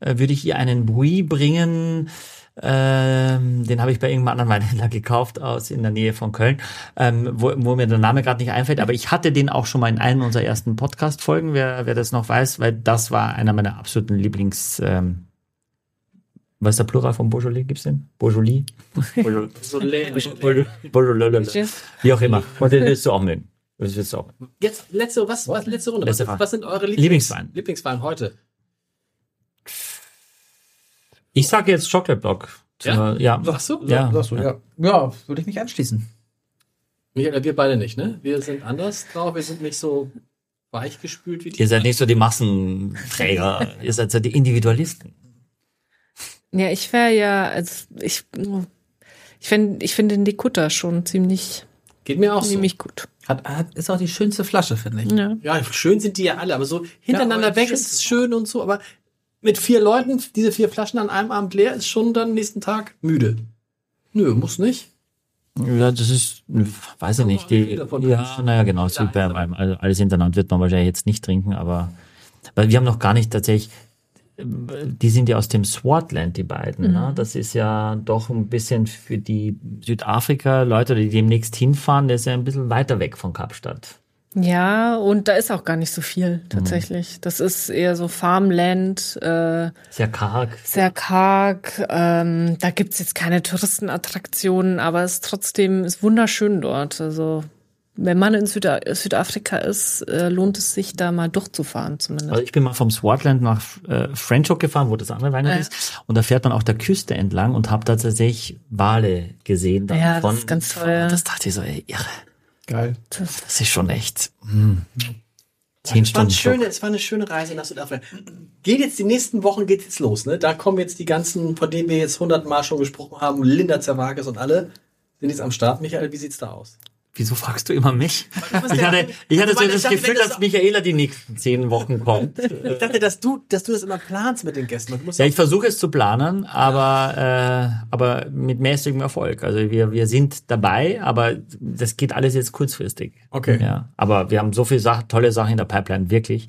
F: äh, würde ich ihr einen Bouilly bringen. Ähm, den habe ich bei irgendeinem anderen Weinhändler <laughs> gekauft aus in der Nähe von Köln, ähm, wo, wo mir der Name gerade nicht einfällt. Aber ich hatte den auch schon mal in einem unserer ersten Podcast-Folgen. Wer, wer das noch weiß, weil das war einer meiner absoluten Lieblings. Ähm, was ist der Plural von Beaujolais? Gibt's den? Beaujolais? Beaujolais.
E: So lä-
F: Bololololol. Wie auch immer. Und den willst du auch mögen. Das willst du auch.
E: Jetzt, letzte, was, was letzte Runde.
F: Letzte
E: was,
F: Frage.
E: was sind eure Lieblings
F: Lieblingswein.
E: Lieblingswein heute?
F: Ich sage jetzt Chocolate Block.
E: Ja?
F: ja.
E: Sagst du?
F: Ja.
C: Sagst du, ja. Ja, würde ich mich anschließen.
E: Michael, wir beide nicht, ne? Wir sind anders drauf, wir sind nicht so weichgespült wie die.
F: Ihr seid nicht so die <laughs> Massenträger. Ihr seid so die Individualisten.
D: Ja, ich wäre ja, also ich, ich finde ich find den Dekutter schon ziemlich,
E: Geht mir auch so.
D: ziemlich gut.
C: Hat, hat, ist auch die schönste Flasche, finde ich.
D: Ja.
E: Ja, schön sind die ja alle, aber so hintereinander
C: aber
E: weg
C: schön
E: ist es schön und so, aber mit vier Leuten, diese vier Flaschen an einem Abend leer, ist schon dann nächsten Tag müde. Nö, muss nicht.
F: Ja, das ist, weiß ich nicht. Die, ja, naja, genau. So wie bei, meinem- also alles hintereinander wird man wahrscheinlich jetzt nicht trinken, aber weil wir haben noch gar nicht tatsächlich, äh, die sind ja aus dem Swartland, die beiden. Ne? Das ist ja doch ein bisschen für die Südafrika-Leute, die demnächst hinfahren, der ist ja ein bisschen weiter weg von Kapstadt.
D: Ja, und da ist auch gar nicht so viel tatsächlich. Das ist eher so Farmland, äh,
F: Sehr karg.
D: sehr karg. Ähm, da gibt's jetzt keine Touristenattraktionen, aber es ist trotzdem ist wunderschön dort. Also wenn man in Süda Südafrika ist, äh, lohnt es sich da mal durchzufahren
F: Also
D: zumindest.
F: ich bin mal vom Swartland nach äh, Franschhoek gefahren, wo das andere Weingut ist. Und da fährt man auch der Küste entlang und habe da tatsächlich Wale gesehen. Dann
D: Ja, das ist ganz toll, ja.
F: Das dachte ich so, ey, irre.
C: Geil.
F: Das ist schon echt. Hm. Zehn
E: Es war, eine
F: Stunden. Flug.
E: schöne, es war eine schöne Reise nach Südafrika. Geht jetzt die nächsten Wochen, geht jetzt los, ne? Da kommen jetzt die ganzen, von denen wir jetzt hundertmal schon gesprochen haben, Linda Zerwages und alle, sind jetzt am Start. Michael, wie sieht's da aus?
F: Wieso fragst du immer mich? Ich hatte, ich hatte
E: Also,
F: so
E: weil ich
F: das
E: dachte,
F: Gefühl,
E: wenn das-
F: dass Michaela die nächsten zehn Wochen kommt.
E: Ich dachte, dass du, dass du das immer planst mit den Gästen. Du musst
F: Ja, ich versuche es zu planen, aber, äh, aber mit mäßigem Erfolg. Also wir, wir sind dabei, aber das geht alles jetzt kurzfristig.
E: Okay.
F: Ja, aber wir haben so viele Sachen, tolle Sachen in der Pipeline, wirklich.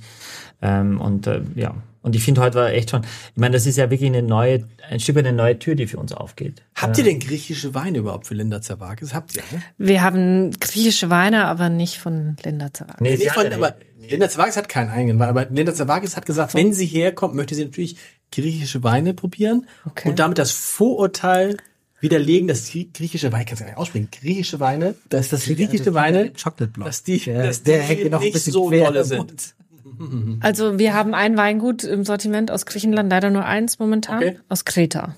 F: Ähm, und äh, ja, und ich finde heute war echt schon, ich meine, das ist ja wirklich eine neue, ein Stück weit eine neue Tür, die für uns aufgeht.
E: Habt ihr denn griechische Weine überhaupt für Linda Zervakis? Habt ihr, ne?
D: Wir haben griechische Weine, aber nicht von Linda Zerwak.
F: Nee,
E: Nicht
F: sie hat
E: von,
F: ja-
E: aber Linda Zervakis hat keinen eigenen Wein, aber Linda Zervakis hat gesagt, wenn sie herkommt, möchte sie natürlich griechische Weine probieren
D: Okay.
E: und damit das Vorurteil widerlegen, dass die griechische Weine, kannst du gar nicht aussprechen, griechische Weine, dass das griechische Weine,
C: Chocolate Block.
E: dass die,
C: Der-
E: dass die
C: der hängt mir noch ein
E: nicht
C: bisschen
E: so
C: quer
E: dolle
C: im Mund.
E: sind.
D: Also wir haben ein Weingut im Sortiment aus Griechenland, leider nur eins momentan,
E: Okay.
D: aus Kreta.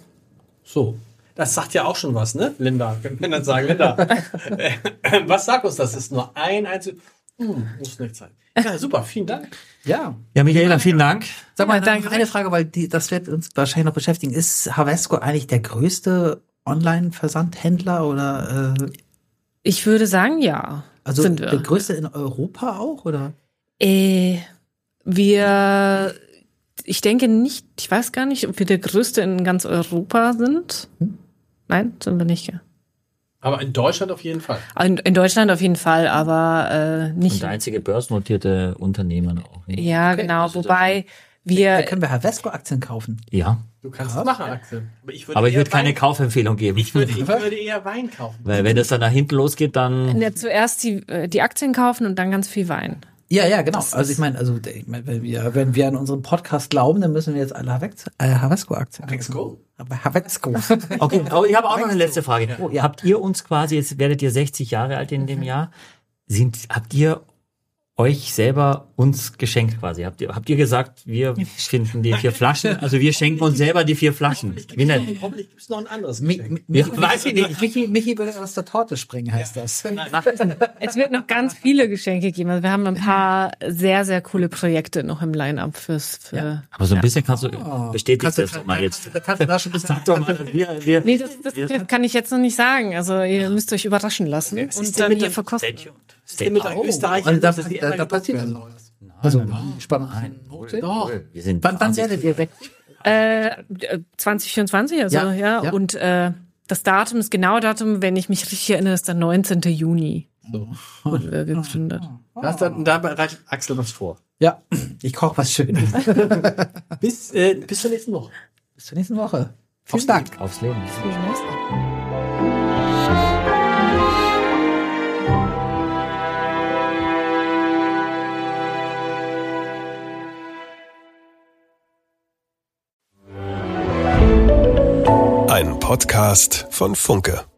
E: So. Das sagt ja auch schon was, ne, Linda? <laughs> Wenn wir dann sagen, Linda, äh, was sagt uns das? Das ist nur ein einziges, hm, muss nicht sein. Ja, super, vielen Dank.
C: Ja.
F: Ja, Michaela, vielen Dank.
C: Sag mal, dann noch eine Frage, weil die, das wird uns wahrscheinlich noch beschäftigen. Ist Havesco eigentlich der größte Online-Versandhändler oder äh,
D: Ich würde sagen, ja.
C: also
D: sind
C: der
D: wir.
C: größte in Europa auch? Oder?
D: Äh, wir, ich denke nicht, ich weiß gar nicht, ob wir der größte in ganz Europa sind. Nein, sind wir nicht. gell?
E: Aber in Deutschland auf jeden Fall.
D: In, in Deutschland auf jeden Fall, aber äh,
F: Und
D: nicht.
F: der einzige börsennotierte Unternehmen auch. ne?
D: Ja, genau.
F: Also das-
D: Wobei
C: Da
D: wir
C: können wir Havesco-Aktien kaufen.
F: Ja,
E: Du kannst es machen, Axel. Aber ich würde,
F: aber ich
E: eher
F: würde keine
E: Wein,
F: Kaufempfehlung geben.
E: ich würde, ich würde eher Wein kaufen.
F: Weil wenn das dann nach hinten losgeht, dann
D: ja, zuerst die, äh, die Aktien kaufen und dann ganz viel Wein.
C: Ja, ja, genau. Also ich meine, also ich mein, wenn, wir, wenn wir an unseren Podcast glauben, dann müssen wir jetzt alle Havex- äh, Havesco-Aktien kaufen.
E: go.
C: Aber
E: <laughs>
C: Havesco. <laughs>
F: Okay, aber ich habe auch noch eine letzte Frage. Oh, ihr- habt ihr uns quasi, jetzt werdet ihr 60 Jahre alt in
C: Mhm.
F: dem Jahr, sind, habt ihr euch selber uns geschenkt quasi? Habt ihr, habt ihr gesagt, wir finden die vier Flaschen, also wir schenken uns selber die vier Flaschen? Wie nennt-
E: Hoffentlich gibt es noch ein anderes
C: Mi-
E: Geschenk.
C: Mi- Mi-
F: Ja, weiß ich nicht.
C: Michi, Michi würde aus der Torte springen, heißt das. <laughs>
D: Es wird noch ganz viele Geschenke geben. Also wir haben ein paar sehr, sehr coole Projekte noch im Line-Up fürs. Für
F: Aber so ein bisschen kannst du,
C: Oh.
F: bestätigst das doch mal jetzt.
C: Kannst du da <laughs> schon ein bisschen
F: Doch mal, wir, wir,
D: Nee, das, das kann ich jetzt noch nicht sagen. Also ihr müsst euch überraschen lassen und dann hier verkosten.
F: Stay
E: Mit
F: tuned.
E: der Österreich.
C: Also da-
E: dass die
C: da-
E: immer
C: da
E: gedruckt
C: passiert
E: werden
C: also
E: soll.
C: Also, spannend.
E: Doch.
F: Wir sind
C: Wann, wann werdet ihr weg?
D: Äh, 2024, also
C: Ja,
D: ja.
C: ja.
D: Und äh, das Datum ist genau Datum, wenn ich mich richtig erinnere, ist der 19. Juni. Wurden wir gegründet.
E: Das, da, da bereitet Axel was vor.
C: Ja, <laughs> ich koche was Schönes.
E: Bis, äh, bis zur nächsten Woche.
C: Bis zur nächsten Woche. Vielen Dank.
F: aufs Leben.
I: Ein Podcast von Funke.